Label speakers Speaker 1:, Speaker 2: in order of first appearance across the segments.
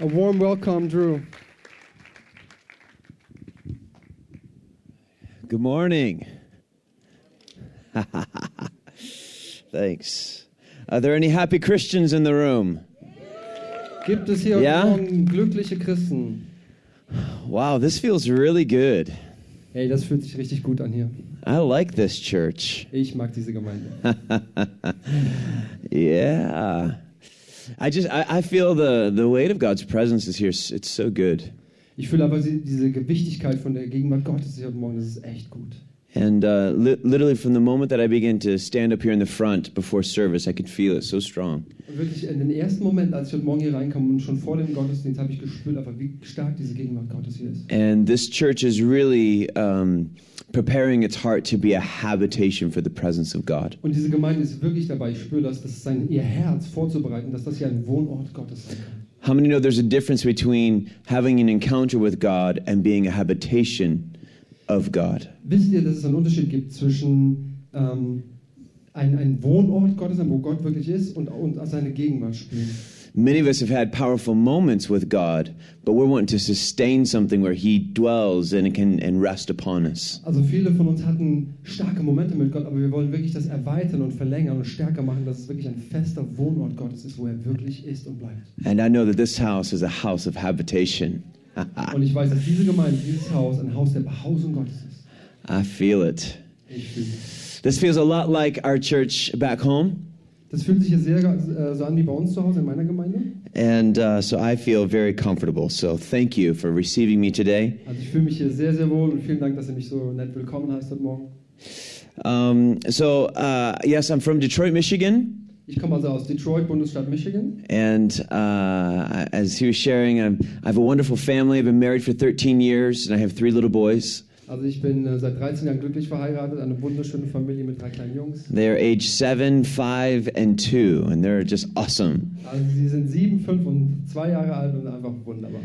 Speaker 1: A warm welcome, Drew.
Speaker 2: Good morning. Thanks. Are there any happy Christians in the room?
Speaker 1: Gibt es hier heute
Speaker 2: Ja?
Speaker 1: Morgen glückliche Christen?
Speaker 2: Wow, this feels really good.
Speaker 1: Hey, das fühlt sich richtig gut an hier.
Speaker 2: I like this church.
Speaker 1: Ich mag diese Gemeinde.
Speaker 2: Yeah. I just I, I feel the the weight of God's presence is here. It's so good.
Speaker 1: Ich fühle aber sie- diese Gewichtigkeit von der Gegenwart Gottes hier heute Morgen. Das ist echt gut.
Speaker 2: And uh, li- literally from the moment that I began to stand up here in the front before service, I could feel it so strong.
Speaker 1: Und wirklich in den ersten Moment, als ich heute Morgen hier reinkam und schon vor dem Gottesdienst, habe ich gespürt, einfach wie stark diese Gegenwart Gottes hier ist.
Speaker 2: And this church is really um, preparing its heart to be a habitation for the presence of God.
Speaker 1: Und diese Gemeinde ist wirklich dabei. Ich spüre das, das sein, ihr Herz vorzubereiten, dass das hier ein Wohnort Gottes sein kann.
Speaker 2: How many know there's a difference between having an encounter with God and being a habitation of God?
Speaker 1: Wisst ihr, dass es einen Unterschied gibt zwischen ähm, ein, ein Wohnort Gottes sein, wo Gott wirklich ist, und, und seine Gegenwart spüren?
Speaker 2: Many of us have had powerful moments with God, but we're wanting to sustain something where He dwells and can and rest upon us.
Speaker 1: Also viele von uns hatten starke Momente mit Gott, aber wir wollen wirklich das erweitern und verlängern und stärker machen, dass es wirklich ein fester Wohnort Gottes ist, wo er wirklich ist und bleibt.
Speaker 2: And I know that this house is a house of habitation.
Speaker 1: Und ich weiß, dass diese Gemeinde, dieses Haus, ein Haus der Behausung Gottes ist.
Speaker 2: I feel it.
Speaker 1: Ich fühle das.
Speaker 2: This feels a lot like our church back home,
Speaker 1: Das fühlt sich ja sehr äh, so an wie bei uns zu Hause in meiner Gemeinde.
Speaker 2: and uh, so I feel very comfortable. So thank you for receiving me today.
Speaker 1: Also ich fühle mich hier sehr, sehr wohl und vielen Dank, dass ihr mich so nett willkommen heißt heute Morgen.
Speaker 2: Um, so uh, yes, I'm from Detroit, Michigan.
Speaker 1: Ich komme also aus Detroit, Bundesstaat Michigan.
Speaker 2: And uh, as he was sharing, I'm, I have a wonderful family. I've been married for 13 years, and I have three little boys.
Speaker 1: Also ich bin äh, seit 13 Jahren glücklich verheiratet, eine wunderschöne Familie mit drei kleinen Jungs.
Speaker 2: They are age seven, five, and two, and they're just awesome.
Speaker 1: Also sie sind sieben, fünf und zwei Jahre alt und einfach wunderbar.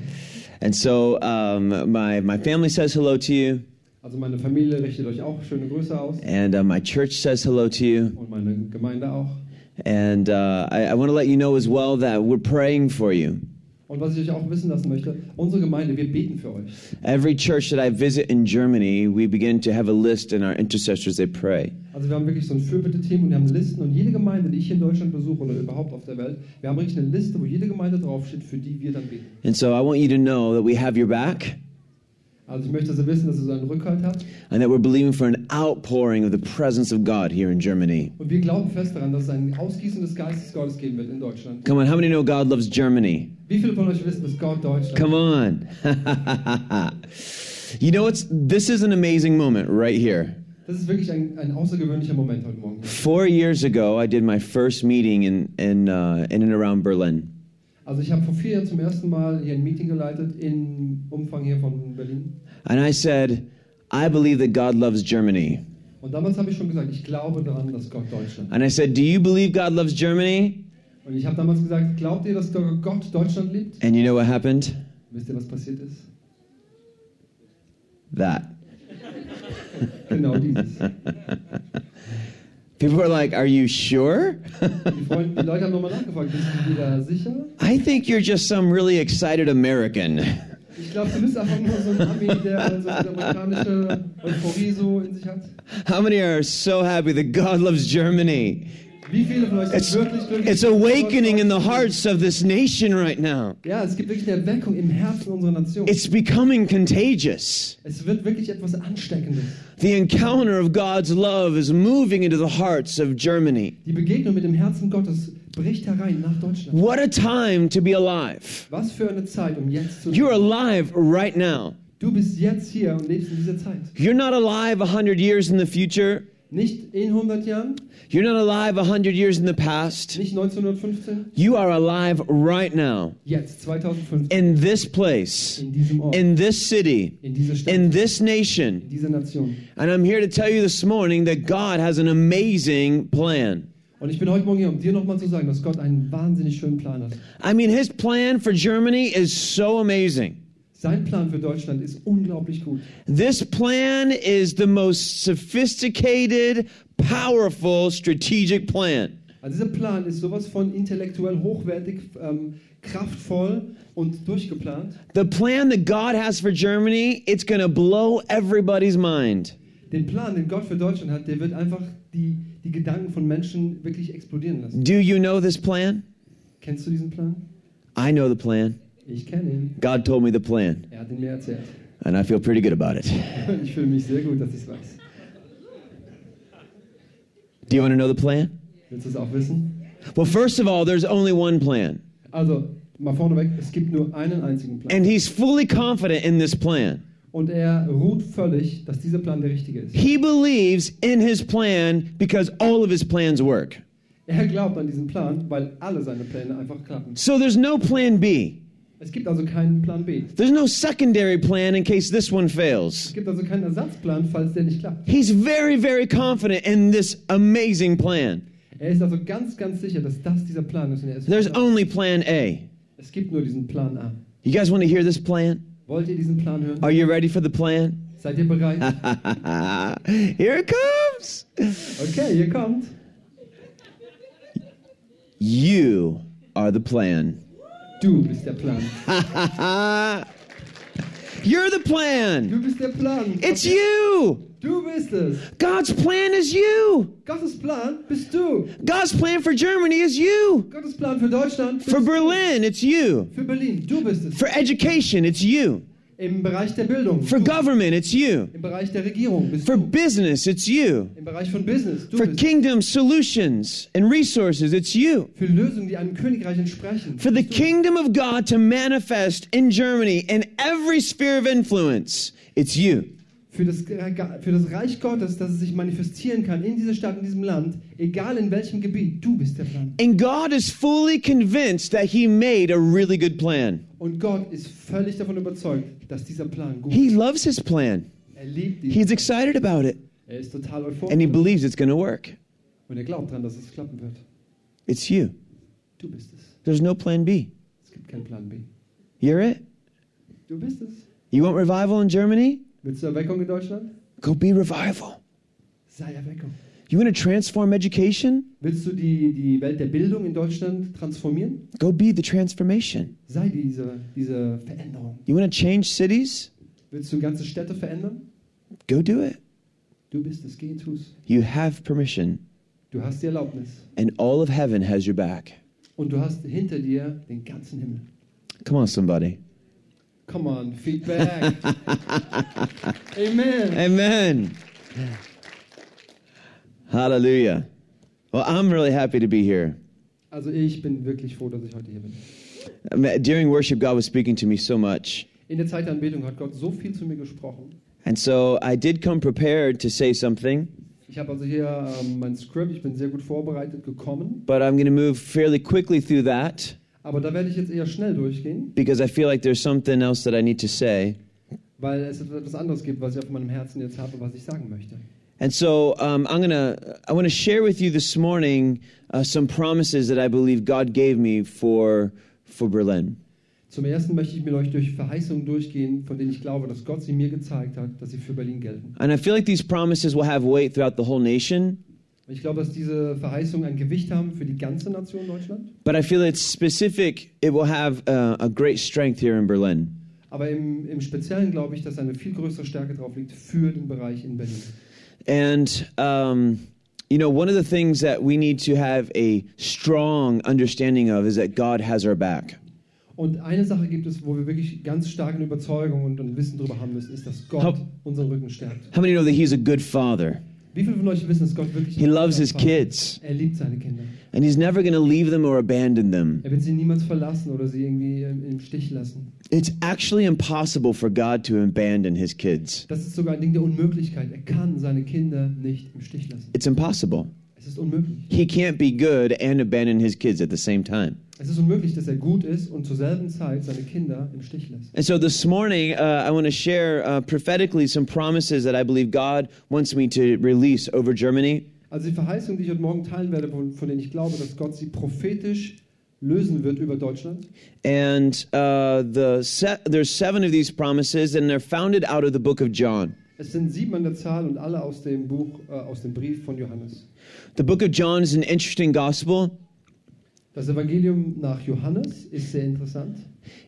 Speaker 2: And so um, my my family says hello to you,
Speaker 1: Also meine Familie richtet euch auch schöne Grüße aus
Speaker 2: and uh, my church says hello to you.
Speaker 1: und meine Gemeinde auch.
Speaker 2: And uh, I, I want to let you know as well that we're praying for you.
Speaker 1: Und was ich euch auch wissen lassen möchte, unsere Gemeinde, wir beten für euch.
Speaker 2: Every church that I visit in Germany, we begin to have a list, and our intercessors they pray.
Speaker 1: Also wir haben wirklich so ein Fürbitte-Team und wir haben Listen und jede Gemeinde, die ich hier in Deutschland besuche oder überhaupt auf der Welt, wir haben wirklich eine Liste, wo jede Gemeinde draufsteht, für die wir dann beten.
Speaker 2: And so I want you to know that we have your back.
Speaker 1: Also ich möchte, dass ihr wissen, dass ihr so einen Rückhalt habt
Speaker 2: and that we're believing for an outpouring of the presence of God here in Germany.
Speaker 1: und wir glauben fest daran, dass es ein Ausgießen des Geistes Gottes geben wird in Deutschland.
Speaker 2: Come on, how many know God loves Germany?
Speaker 1: Wie viele von euch wissen, dass Gott Deutschland
Speaker 2: Come on. you know it's this is an amazing moment right here.
Speaker 1: Das ist wirklich ein, ein außergewöhnlicher Moment heute Morgen.
Speaker 2: Four years ago, I did my first meeting in in uh, in and around Berlin,
Speaker 1: Also ich habe vor vier Jahren zum ersten Mal hier ein Meeting geleitet im Umfang hier von Berlin.
Speaker 2: and I said, "I believe that God loves Germany."
Speaker 1: Und damals habe ich schon gesagt, ich glaube daran, dass Gott Deutschland.
Speaker 2: And I said, "Do you believe God loves Germany?"
Speaker 1: Und ich habe damals gesagt, glaubt ihr, dass Gott Deutschland liebt?
Speaker 2: And you know what happened?
Speaker 1: Wisst ihr, was passiert ist?
Speaker 2: That
Speaker 1: Genau dieses.
Speaker 2: people were like, "Are you sure?"
Speaker 1: Die, Freunde, die Leute haben nochmal nachgefragt, bist du wieder sicher?
Speaker 2: I think you're just some really excited American.
Speaker 1: Ich glaube, du bist einfach nur so ein Ami, der so eine amerikanische Euphorie so in sich hat.
Speaker 2: How many are so happy that God loves Germany?
Speaker 1: Wie viele von euch sind
Speaker 2: It's,
Speaker 1: wirklich glücklich?
Speaker 2: it's awakening in the hearts of this nation right now.
Speaker 1: Ja, es gibt wirklich eine Erweckung im Herzen unserer Nation.
Speaker 2: It's becoming contagious.
Speaker 1: Es wird wirklich etwas Ansteckendes.
Speaker 2: The encounter of God's love is moving into the hearts of Germany.
Speaker 1: Die Begegnung mit dem Herzen Gottes bricht herein nach Deutschland.
Speaker 2: What a time to be alive.
Speaker 1: Was für eine Zeit, um jetzt zu
Speaker 2: You're alive right now.
Speaker 1: Du bist jetzt hier und lebst in dieser Zeit.
Speaker 2: You're not alive 100 years in the future.
Speaker 1: Nicht in 100 Jahren,
Speaker 2: You're not alive 100 years in the past.
Speaker 1: nicht 1915,
Speaker 2: You are alive right now
Speaker 1: jetzt 2015
Speaker 2: in this place,
Speaker 1: in diesem Ort,
Speaker 2: in this city,
Speaker 1: in dieser Stadt,
Speaker 2: in
Speaker 1: in
Speaker 2: this nation.
Speaker 1: dieser Nation.
Speaker 2: And I'm here to tell you this morning that God has an amazing plan.
Speaker 1: Und ich bin heute Morgen hier, um dir nochmal zu sagen, dass Gott einen wahnsinnig schönen Plan hat.
Speaker 2: I mean, his plan for Germany is so amazing.
Speaker 1: Sein Plan für Deutschland ist unglaublich gut.
Speaker 2: This plan is the most sophisticated, powerful, strategic plan.
Speaker 1: Also dieser Plan ist sowas von intellektuell hochwertig ähm, kraftvoll und durchgeplant.
Speaker 2: The plan that God has for Germany, it's going to blow everybody's mind.
Speaker 1: Den Plan, den Gott für Deutschland hat, der wird einfach die, die Gedanken von Menschen wirklich explodieren lassen.
Speaker 2: Do you know this plan?
Speaker 1: Kennst du diesen Plan?
Speaker 2: I know the plan.
Speaker 1: Ich kenne ihn.
Speaker 2: God told me the plan,
Speaker 1: Er hat ihn mir erzählt.
Speaker 2: and I feel pretty good about it.
Speaker 1: Ich fühle mich sehr gut, dass ich es weiß.
Speaker 2: Do you want to know the plan?
Speaker 1: Willst du es auch wissen?
Speaker 2: Well, first of all, there's only one plan,
Speaker 1: Also, mal vorneweg, es gibt nur einen einzigen Plan.
Speaker 2: and he's fully confident in this plan.
Speaker 1: Und er ruht völlig, dass dieser Plan der richtige ist.
Speaker 2: He believes in his plan because all of his plans work.
Speaker 1: Er glaubt an diesen Plan, weil alle seine Pläne einfach klappen.
Speaker 2: So there's no plan B.
Speaker 1: Es gibt also keinen Plan B.
Speaker 2: There's no secondary plan in case this one fails.
Speaker 1: Es gibt also keinen Ersatzplan, falls der nicht klappt.
Speaker 2: He's very, very confident in this amazing plan.
Speaker 1: Er ist also ganz, ganz sicher, dass das dieser Plan ist. Und er ist
Speaker 2: There's only plan A.
Speaker 1: es gibt nur diesen Plan A.
Speaker 2: You guys want to hear this plan?
Speaker 1: Wollt ihr diesen Plan hören?
Speaker 2: Are you ready for the plan?
Speaker 1: Seid ihr bereit?
Speaker 2: Here it comes.
Speaker 1: Okay, ihr kommt.
Speaker 2: You are the plan.
Speaker 1: Du bist der Plan.
Speaker 2: You're the plan.
Speaker 1: Du bist der Plan.
Speaker 2: It's you.
Speaker 1: Du bist es.
Speaker 2: God's plan is you.
Speaker 1: Gottes Plan bist du.
Speaker 2: God's plan for Germany is you.
Speaker 1: Gottes Plan für Deutschland,
Speaker 2: For
Speaker 1: bist,
Speaker 2: Berlin, it's you.
Speaker 1: für Berlin, du bist es.
Speaker 2: For education, it's you.
Speaker 1: Im Bereich der Bildung,
Speaker 2: For
Speaker 1: du.
Speaker 2: government, it's you.
Speaker 1: im Bereich der Regierung bist
Speaker 2: For
Speaker 1: du.
Speaker 2: business, it's you.
Speaker 1: Im Bereich von Business, du
Speaker 2: For
Speaker 1: bist
Speaker 2: kingdom solutions and resources, it's you.
Speaker 1: Für Lösungen, die einem Königreich entsprechen.
Speaker 2: For the
Speaker 1: bist du.
Speaker 2: kingdom of God to manifest in Germany in every sphere of influence, it's you.
Speaker 1: für, das, für das Reich Gottes, dass es sich manifestieren kann in dieser Stadt, in diesem Land, egal in welchem Gebiet, du bist der Plan.
Speaker 2: And God is fully convinced that He made a really good plan.
Speaker 1: Und Gott ist völlig davon überzeugt, dass dieser Plan gut
Speaker 2: He
Speaker 1: ist.
Speaker 2: loves His plan,
Speaker 1: Er liebt ihn.
Speaker 2: He's excited about it,
Speaker 1: Er ist total
Speaker 2: and He
Speaker 1: euphorisch.
Speaker 2: believes it's going to work.
Speaker 1: Und er glaubt dran, dass es klappen wird.
Speaker 2: It's you.
Speaker 1: Du bist es.
Speaker 2: There's no plan B.
Speaker 1: Es gibt keinen Plan B.
Speaker 2: You're it.
Speaker 1: Du bist es.
Speaker 2: You want revival in Germany?
Speaker 1: Willst du Erweckung in Deutschland?
Speaker 2: Go be revival.
Speaker 1: Sei Erweckung.
Speaker 2: You want to transform education?
Speaker 1: Willst du die, die Welt der Bildung in Deutschland transformieren?
Speaker 2: Go be the transformation.
Speaker 1: Sei diese, diese Veränderung.
Speaker 2: You want to change cities?
Speaker 1: Willst du ganze Städte verändern?
Speaker 2: Go do it.
Speaker 1: Du bist es, geh, tu's.
Speaker 2: You have permission,
Speaker 1: Du hast die Erlaubnis.
Speaker 2: and all of heaven has your back.
Speaker 1: Und du hast hinter dir den ganzen Himmel.
Speaker 2: Come on, somebody.
Speaker 1: Come on, Feedback. Amen.
Speaker 2: Amen. Hallelujah. Well, I'm really happy to be here.
Speaker 1: Also ich bin wirklich froh, dass ich heute hier bin.
Speaker 2: I mean, During worship, God was speaking to me so much.
Speaker 1: In der Zeit der Anbetung hat Gott so viel zu mir gesprochen.
Speaker 2: And so I did come prepared to say something,
Speaker 1: Ich habe also hier ähm, mein Script, ich bin sehr gut vorbereitet gekommen.
Speaker 2: but I'm going to move fairly quickly through that
Speaker 1: Aber da werde ich jetzt eher schnell durchgehen,
Speaker 2: because I feel like there's something else that I need to say.
Speaker 1: weil es etwas anderes gibt, was ich auf meinem Herzen jetzt habe, was ich sagen möchte.
Speaker 2: And so um, I'm gonna I want to share with you this morning uh, some promises that I believe God gave me for for Berlin.
Speaker 1: Zum Ersten möchte ich mit euch durch Verheißungen durchgehen, von denen ich glaube, dass Gott sie mir gezeigt hat, dass sie für Berlin gelten.
Speaker 2: And I feel like these promises will have weight throughout the whole nation,
Speaker 1: Und ich glaube, dass diese Verheißungen ein Gewicht haben für die ganze Nation Deutschland.
Speaker 2: but I feel it's specific. It will have uh, a great strength here in Berlin.
Speaker 1: Aber im, im Speziellen glaube ich, dass eine viel größere Stärke drauf liegt für den Bereich in Berlin.
Speaker 2: And um, you know, one of the things that we need to have a strong understanding of is that God has our back.
Speaker 1: Und eine Sache gibt es, wo wir wirklich ganz stark eine Überzeugung und ein Wissen darüber haben müssen, ist, dass Gott
Speaker 2: Hau-
Speaker 1: unseren Rücken stärkt.
Speaker 2: How many know that He's a good Father?
Speaker 1: Wie viele von euch wissen, dass Gott wirklich...
Speaker 2: He loves His
Speaker 1: Vater ist?
Speaker 2: kids,
Speaker 1: Er liebt seine Kinder.
Speaker 2: and He's never going to leave them or abandon them.
Speaker 1: Er wird sie niemals verlassen oder sie irgendwie im, im Stich lassen.
Speaker 2: It's actually impossible for God to abandon his kids.
Speaker 1: Das ist sogar ein Ding der Unmöglichkeit. Er kann seine Kinder nicht im Stich lassen.
Speaker 2: It's impossible.
Speaker 1: Es ist unmöglich.
Speaker 2: He can't be good and abandon his kids at the same time.
Speaker 1: Es ist unmöglich, dass er gut ist und zur selben Zeit seine Kinder im Stich lässt.
Speaker 2: And so this morning, uh, I want to share uh, prophetically some promises that I believe God wants me to release over Germany.
Speaker 1: Also die Verheißung, die ich heute Morgen teilen werde, von, von denen ich glaube, dass Gott sie prophetisch lösen wird über Deutschland.
Speaker 2: And uh, the se- there's seven of these promises, and they're founded out of the book of John.
Speaker 1: Es sind sieben an der Zahl und alle aus dem Buch, äh, aus dem Brief von Johannes.
Speaker 2: The book of John is an interesting gospel.
Speaker 1: Das Evangelium nach Johannes ist sehr interessant.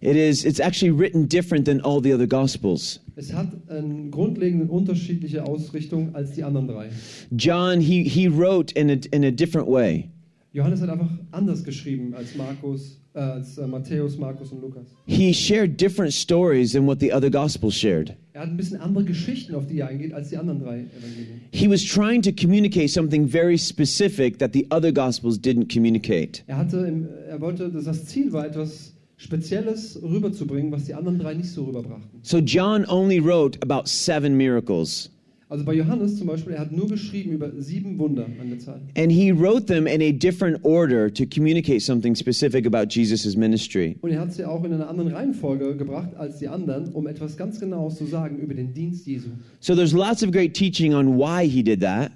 Speaker 2: It is it's actually written different than all the other gospels.
Speaker 1: Es hat einen grundlegenden unterschiedliche Ausrichtung als die anderen drei.
Speaker 2: John he he wrote in a in a different way.
Speaker 1: Johannes hat einfach anders geschrieben als Markus, äh, als äh, Matthäus, Markus und Lukas.
Speaker 2: He shared different stories than what the other gospels shared.
Speaker 1: Er hat ein bisschen andere Geschichten, auf die er eingeht, als die anderen drei Evangelien.
Speaker 2: He was trying to communicate something very specific that the other gospels didn't communicate.
Speaker 1: Er hatte, im, er wollte, dass das Ziel war, etwas Spezielles rüberzubringen, was die anderen drei nicht so rüberbrachten.
Speaker 2: So John only wrote about 7 miracles.
Speaker 1: Also bei Johannes zum Beispiel, er hat nur geschrieben über sieben Wunder an der Zahl.
Speaker 2: And he wrote them in a different order to communicate something specific about Jesus' ministry.
Speaker 1: Und er hat sie auch in einer anderen Reihenfolge gebracht als die anderen, um etwas ganz Genaues zu sagen über den Dienst Jesu.
Speaker 2: So there's lots of great teaching on why he did that.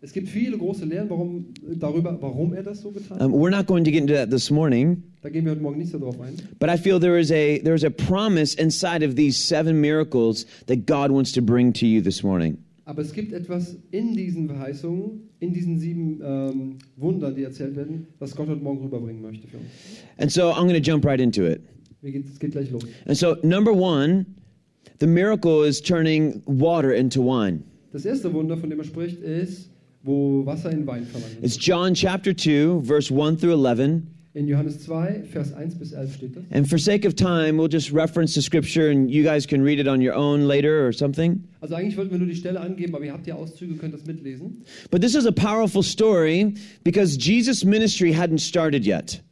Speaker 1: Es gibt viele große Lehren warum, darüber, warum er das so getan hat.
Speaker 2: Um, we're not going to get into that this morning,
Speaker 1: Da gehen wir heute Morgen nicht so drauf ein.
Speaker 2: but I feel there is a there is a promise inside of these seven miracles that God wants to bring to you this morning.
Speaker 1: Aber es gibt etwas in diesen Verheißungen, in diesen sieben ähm, Wundern, die erzählt werden, was Gott heute Morgen rüberbringen möchte für uns.
Speaker 2: And so I'm going to jump right into it.
Speaker 1: Wir geht, es geht gleich los.
Speaker 2: And so number 1, the miracle is turning water into wine.
Speaker 1: Das erste Wunder, von dem er spricht, ist, wo Wasser in Wein verwandelt
Speaker 2: It's
Speaker 1: wird.
Speaker 2: John chapter 2 verse 1 through 11.
Speaker 1: In Johannes 2, Vers 1 bis 11 steht das.
Speaker 2: And for sake of time, we'll just reference the scripture and you guys can read it on your own later or something.
Speaker 1: Also eigentlich wollten wir nur die Stelle angeben, aber ihr habt ja Auszüge, könnt das mitlesen.
Speaker 2: But this is a powerful story because Jesus' ministry hadn't started yet.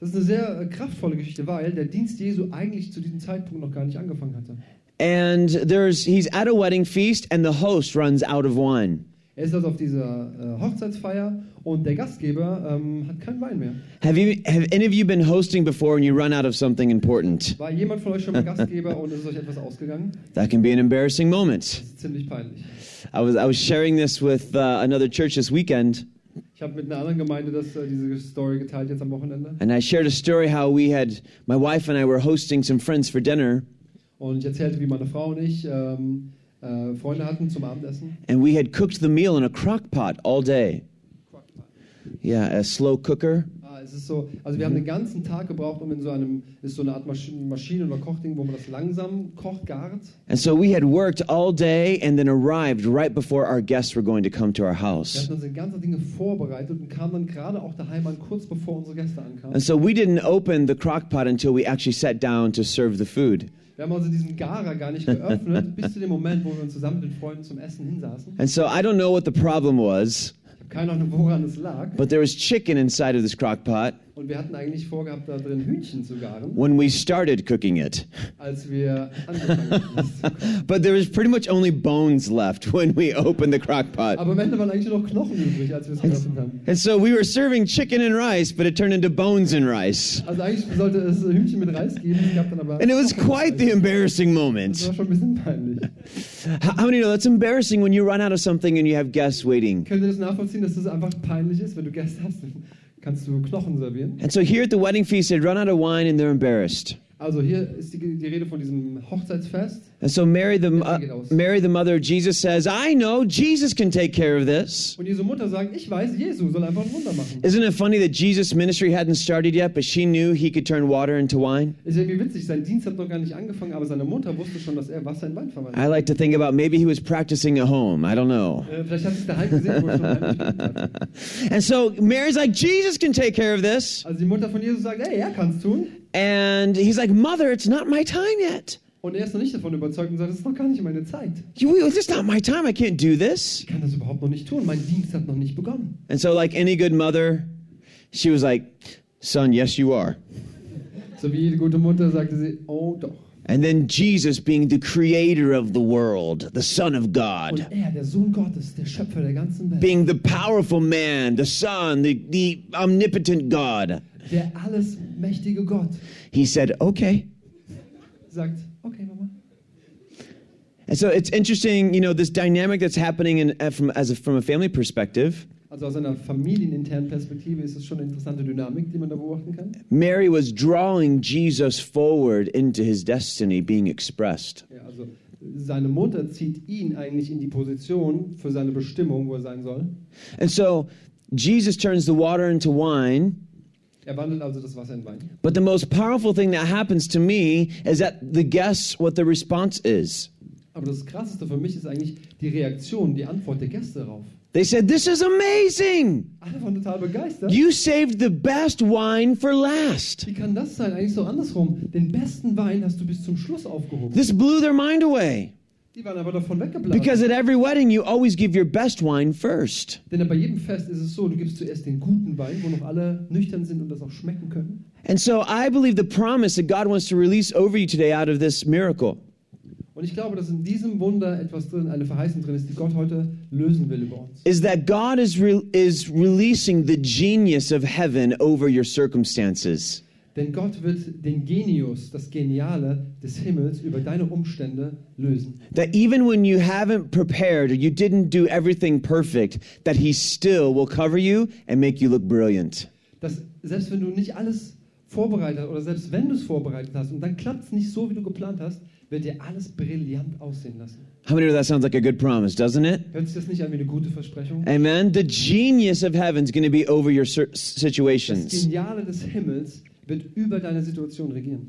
Speaker 1: Das ist eine sehr äh, kraftvolle Geschichte, weil der Dienst Jesu eigentlich zu diesem Zeitpunkt noch gar nicht angefangen hatte.
Speaker 2: And there's he's at a wedding feast and the host runs out of wine.
Speaker 1: Er ist also auf dieser äh, Hochzeitsfeier und der Gastgeber ähm, hat keinen Wein mehr.
Speaker 2: Have you have any of you been hosting before and you run out of something important?
Speaker 1: War jemand von euch schon mal Gastgeber und es ist euch etwas ausgegangen?
Speaker 2: That can be an embarrassing moment.
Speaker 1: Das ist ziemlich peinlich.
Speaker 2: I was I was sharing this with uh, another church this weekend
Speaker 1: Ich habe mit einer anderen Gemeinde das, äh, diese Story geteilt jetzt am Wochenende.
Speaker 2: and I shared a story how we had my wife and I were hosting some friends for dinner
Speaker 1: Und ich erzählte, wie meine Frau und ich ähm, äh, Freunde hatten zum Abendessen.
Speaker 2: and we had cooked the meal in a crock pot all day. Yeah, a slow cooker.
Speaker 1: Ah, es ist so, also wir haben den ganzen Tag gebraucht, um in so einem, ist so eine Art Maschine, Maschine oder Kochding, wo man das langsam kocht, gart.
Speaker 2: And so we had worked all day and then arrived right before our guests were going to come to our
Speaker 1: Wir
Speaker 2: house.
Speaker 1: hatten uns den ganzen Dinge vorbereitet und kamen dann gerade auch daheim an, kurz bevor unsere Gäste ankamen.
Speaker 2: And so we didn't open the crock pot until we actually sat down to serve the food.
Speaker 1: Wir haben also diesen Garer gar nicht geöffnet, bis zu dem Moment, wo wir uns zusammen mit den Freunden zum Essen hinsaßen.
Speaker 2: And so I don't know what the problem was,
Speaker 1: Ich habe keine Ahnung, woran es lag.
Speaker 2: but there was chicken inside of this crock pot
Speaker 1: Und wir hatten eigentlich vorgehabt, da drin Hühnchen zu garen,
Speaker 2: when we started cooking it.
Speaker 1: als wir angefangen haben. das zu kochen.
Speaker 2: But there was pretty much only bones left when we opened the crock pot.
Speaker 1: Aber am Ende waren eigentlich nur noch Knochen übrig, als wir es geöffnet haben.
Speaker 2: And so we were serving chicken and rice, but it turned into bones and rice.
Speaker 1: Also eigentlich sollte es Hühnchen mit Reis geben, es gab dann aber...
Speaker 2: And it was quite the embarrassing
Speaker 1: Das
Speaker 2: moment.
Speaker 1: war schon ein bisschen peinlich.
Speaker 2: H- How many know that's embarrassing when you run out of something and you have guests waiting?
Speaker 1: Könnt ihr das nachvollziehen, dass das einfach peinlich ist, wenn du Gäste hast, dann kannst du Knochen servieren.
Speaker 2: And so here at the wedding feast, they'd run out of wine and they're embarrassed.
Speaker 1: Also hier ist die, die Rede von diesem Hochzeitsfest.
Speaker 2: And so Mary, the uh, Mary, the mother of Jesus, says, "I know Jesus can take care of this."
Speaker 1: Und Jesu Mutter sagt, ich weiß, Jesu soll einfach ein Wunder machen.
Speaker 2: Isn't it funny that Jesus' ministry hadn't started yet, but she knew he could turn water into wine?
Speaker 1: Ist irgendwie witzig, sein Dienst hat noch gar nicht angefangen, aber seine Mutter wusste schon, dass er Wasser in Wein verwandelt.
Speaker 2: I like to think about maybe he was practicing at home. I don't know.
Speaker 1: Äh, vielleicht hat sie es daheim gesehen, wo er schon heimlich geübt hat.
Speaker 2: And so Mary's like, "Jesus can take care of this,"
Speaker 1: Also die Mutter von Jesus sagt, hey, er kann's tun.
Speaker 2: and he's like, "Mother, it's not my time yet.
Speaker 1: Und er ist noch nicht davon überzeugt und sagt, das ist noch gar nicht meine Zeit.
Speaker 2: You, it's not my time. I can't do this."
Speaker 1: Ich kann das überhaupt noch nicht tun. Mein Dienst hat noch nicht begonnen.
Speaker 2: And so, like any good mother, she was like, Son, yes, you are.
Speaker 1: So wie jede gute Mutter sagte sie, oh doch.
Speaker 2: And then Jesus, being the creator of the world, the Son of
Speaker 1: Und
Speaker 2: God,
Speaker 1: er, der Sohn Gottes, der Schöpfer der ganzen Welt,
Speaker 2: being the powerful man, the Son, the, the omnipotent God,
Speaker 1: der alles mächtige Gott,
Speaker 2: he said, Okay.
Speaker 1: sagt, okay Mama.
Speaker 2: And so it's interesting, you know, this dynamic that's happening in, uh, from, as a, from a family perspective.
Speaker 1: Also aus einer familieninternen Perspektive ist das schon eine interessante Dynamik, die man da beobachten kann.
Speaker 2: Mary was drawing Jesus forward into his destiny being expressed.
Speaker 1: Ja, also seine Mutter zieht ihn eigentlich in die Position für seine Bestimmung, wo er sein soll.
Speaker 2: And so Jesus turns the water into wine
Speaker 1: Er wandelt also das Wasser in Wein.
Speaker 2: But the most powerful thing that happens to me is that the guess what the response is.
Speaker 1: Aber das Krasseste für mich ist eigentlich die Reaktion, die Antwort der Gäste darauf.
Speaker 2: They said, This is amazing!
Speaker 1: Alle waren total begeistert.
Speaker 2: You saved the best wine for last.
Speaker 1: Wie kann das sein? Eigentlich so andersrum. Den besten Wein hast du bis zum Schluss aufgehoben.
Speaker 2: This blew their mind away.
Speaker 1: Die waren aber davon weggeblasen.
Speaker 2: Because at every wedding, you always give your best wine first.
Speaker 1: Denn bei jedem Fest ist es so, du gibst zuerst den guten Wein, wo noch alle nüchtern sind und das auch schmecken können.
Speaker 2: And so I believe the promise that God wants to release over you today out of this miracle
Speaker 1: Und ich glaube, dass in diesem Wunder etwas drin, eine Verheißung drin ist, die Gott heute lösen will über uns.
Speaker 2: is that God is, re- is releasing the genius of heaven over your circumstances.
Speaker 1: Denn Gott wird den Genius, das Geniale des Himmels über deine Umstände lösen.
Speaker 2: That even when you haven't prepared or you didn't do everything perfect, that He still will cover you and make you look brilliant.
Speaker 1: Dass selbst wenn du nicht alles vorbereitet hast oder selbst wenn du es vorbereitet hast und dann klappt es nicht so, wie du geplant hast, wird dir alles brillant aussehen lassen.
Speaker 2: How many of that sounds like a good promise, doesn't it?
Speaker 1: Hört sich das nicht an wie eine gute Versprechung?
Speaker 2: Amen. The genius of heaven's going to be over your cir-
Speaker 1: Das
Speaker 2: situations.
Speaker 1: Geniale des Himmels wird über deine Situation regieren.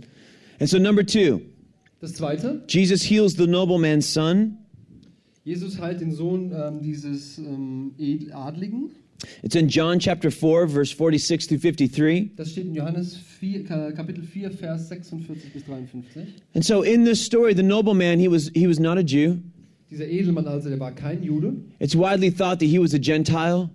Speaker 2: And so, number two,
Speaker 1: Das Zweite,
Speaker 2: Jesus heals the nobleman's son.
Speaker 1: Jesus heilt den Sohn ähm, dieses ähm, Edel- Adligen.
Speaker 2: It's in John chapter 4, verse 46 through 53.
Speaker 1: Das steht in Johannes 4, Ka- Kapitel 4, Vers 46 bis 53.
Speaker 2: And so, in this story, the nobleman, he was, he was not a Jew.
Speaker 1: Dieser Edelmann also, der war kein Jude.
Speaker 2: It's widely thought that he was a Gentile,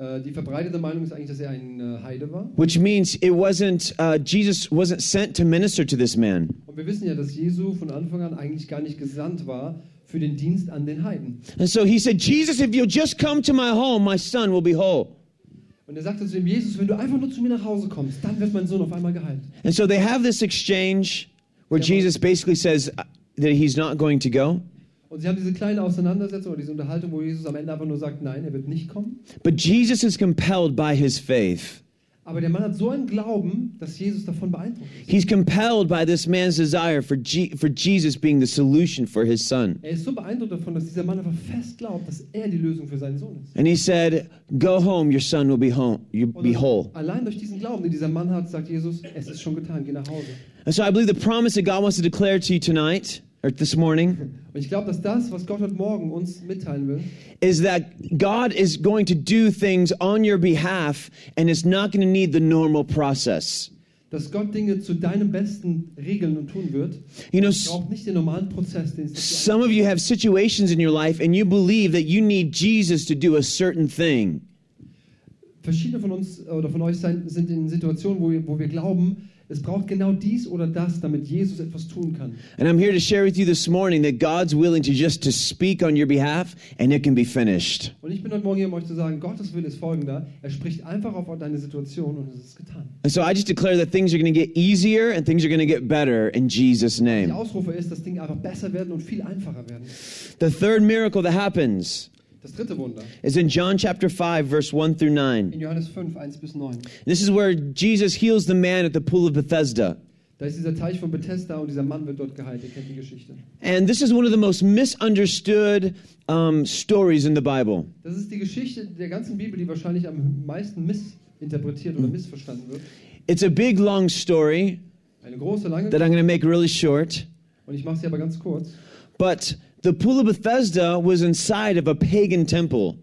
Speaker 1: Äh, die verbreitete Meinung ist eigentlich, dass er ein äh, Heide war.
Speaker 2: which means it wasn't, uh, Jesus wasn't sent to minister to this man.
Speaker 1: Und wir wissen ja, dass Jesu von Anfang an eigentlich gar nicht gesandt war für den Dienst an den Heiden.
Speaker 2: And so he said, Jesus, if you'll just come to my home, my son will be whole.
Speaker 1: Und er sagte zu ihm, Jesus, wenn du einfach nur zu mir nach Hause kommst, dann wird mein Sohn auf einmal geheilt.
Speaker 2: And so they have this exchange
Speaker 1: Yeah,
Speaker 2: where
Speaker 1: but-
Speaker 2: Jesus basically says uh, that he's not going to go.
Speaker 1: Und sie haben diese kleine Auseinandersetzung oder diese Unterhaltung, wo Jesus am Ende einfach nur sagt, nein, er wird nicht kommen.
Speaker 2: But Jesus is compelled by his faith.
Speaker 1: Aber der Mann hat so einen Glauben, dass Jesus davon beeindruckt ist.
Speaker 2: He's compelled by this man's desire for, Je- for Jesus being the solution for his son.
Speaker 1: Er ist so beeindruckt davon, dass dieser Mann einfach fest glaubt, dass er die Lösung für seinen Sohn ist.
Speaker 2: And he said, Go home, your son will be home, you
Speaker 1: Und
Speaker 2: be whole.
Speaker 1: allein durch diesen Glauben, den dieser Mann hat, sagt Jesus, es ist schon getan, geh nach Hause.
Speaker 2: And so I believe the promise that God wants to declare to you tonight or this morning
Speaker 1: Und ich glaube, dass das, was Gott heute Morgen uns mitteilen will,
Speaker 2: is that God is going to do things on your behalf and it's not going to need the normal process.
Speaker 1: dass Gott Dinge zu deinem Besten regeln und tun wird,
Speaker 2: You know, s-
Speaker 1: braucht nicht den normalen Prozess, den es dazu
Speaker 2: Some of you have situations in your life and you believe that you need Jesus to do a certain thing.
Speaker 1: Verschiedene von uns äh, oder von euch sein, sind in Situationen, wo wir, wo wir glauben, es braucht genau dies oder das, damit Jesus etwas tun kann.
Speaker 2: And I'm here to share with you this morning that God's willing to just to speak on your behalf and it can be finished.
Speaker 1: Und ich bin heute Morgen hier, um euch zu sagen, Gottes Wille ist folgender. Er spricht einfach auf deine Situation und es ist getan.
Speaker 2: And so I just declare that things are going to get easier and things are going to get better in Jesus
Speaker 1: Die
Speaker 2: name.
Speaker 1: Ausrufe ist, dass Dinge einfach besser werden und viel einfacher werden.
Speaker 2: The third miracle that happens
Speaker 1: Das dritte Wunder.
Speaker 2: is in John chapter 5 verse 1 through 9.
Speaker 1: In Johannes 5, 1 bis 9.
Speaker 2: This is where Jesus heals the man at the pool of Bethesda.
Speaker 1: Da ist dieser Teich von Bethesda und dieser Mann wird dort geheilt. Ihr kennt die Geschichte.
Speaker 2: And this is one of the most misunderstood um, stories in the Bible.
Speaker 1: Das ist die Geschichte der ganzen Bibel, die wahrscheinlich am meisten missinterpretiert oder missverstanden wird.
Speaker 2: It's a big long story
Speaker 1: Eine große, lange.
Speaker 2: that I'm going to make really short.
Speaker 1: Und ich mache sie aber ganz kurz.
Speaker 2: But the Pool of Bethesda was inside of a pagan temple.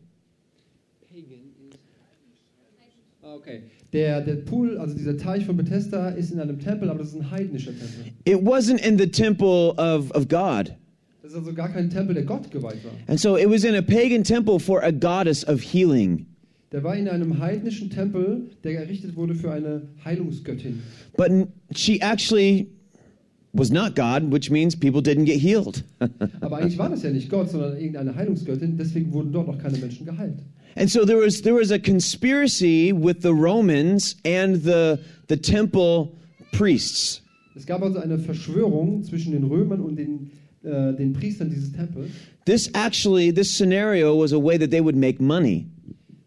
Speaker 1: Okay. Der, der Pool, also dieser Teich von Bethesda, ist in einem Tempel, aber das ist ein heidnischer Tempel.
Speaker 2: It wasn't in the temple of, of God.
Speaker 1: Das ist also gar kein Tempel, der Gott geweiht war.
Speaker 2: And so it was in a pagan temple for a goddess of healing.
Speaker 1: Der war in einem heidnischen Tempel, der errichtet wurde für eine Heilungsgöttin.
Speaker 2: But n- she actually was not God, which means people didn't get healed.
Speaker 1: Aber eigentlich war das ja nicht Gott, sondern irgendeine Heilungsgöttin. Deswegen wurden dort noch keine Menschen geheilt.
Speaker 2: And so there was, there was a conspiracy with the Romans and the, the temple priests.
Speaker 1: Es gab also eine Verschwörung zwischen den Römern und den, äh, den Priestern dieses Tempels.
Speaker 2: This actually, this scenario was a way that they would make money.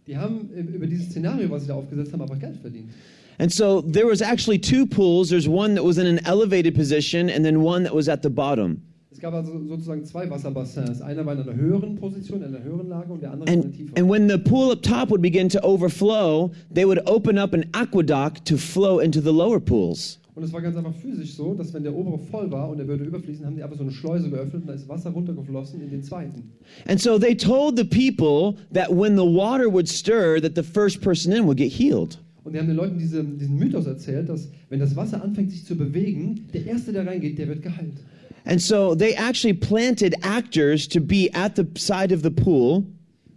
Speaker 1: Die haben äh, über dieses Szenario, was sie da aufgesetzt haben, aber Geld verdient.
Speaker 2: And so there was actually two pools. There's one that was in an elevated position and then one that was at the bottom.
Speaker 1: Es gab also sozusagen zwei Wasserbassins. Einer war in einer höheren Position, in einer höheren Lage und der andere in einer
Speaker 2: And,
Speaker 1: tieferen.
Speaker 2: and when the pool up top would begin to overflow, they would open up an aqueduct to flow into the lower pools.
Speaker 1: Und es war ganz einfach physisch so, dass wenn der obere voll war und er würde überfließen, haben die einfach so eine Schleuse geöffnet und da ist Wasser runtergeflossen in den zweiten.
Speaker 2: And so they told the people that when the water would stir, that the first person in would get healed.
Speaker 1: Und die haben den Leuten diese, diesen Mythos erzählt, dass wenn das Wasser anfängt sich zu bewegen, der Erste, der reingeht, der wird geheilt.
Speaker 2: And so they actually planted actors to be at the side of the pool.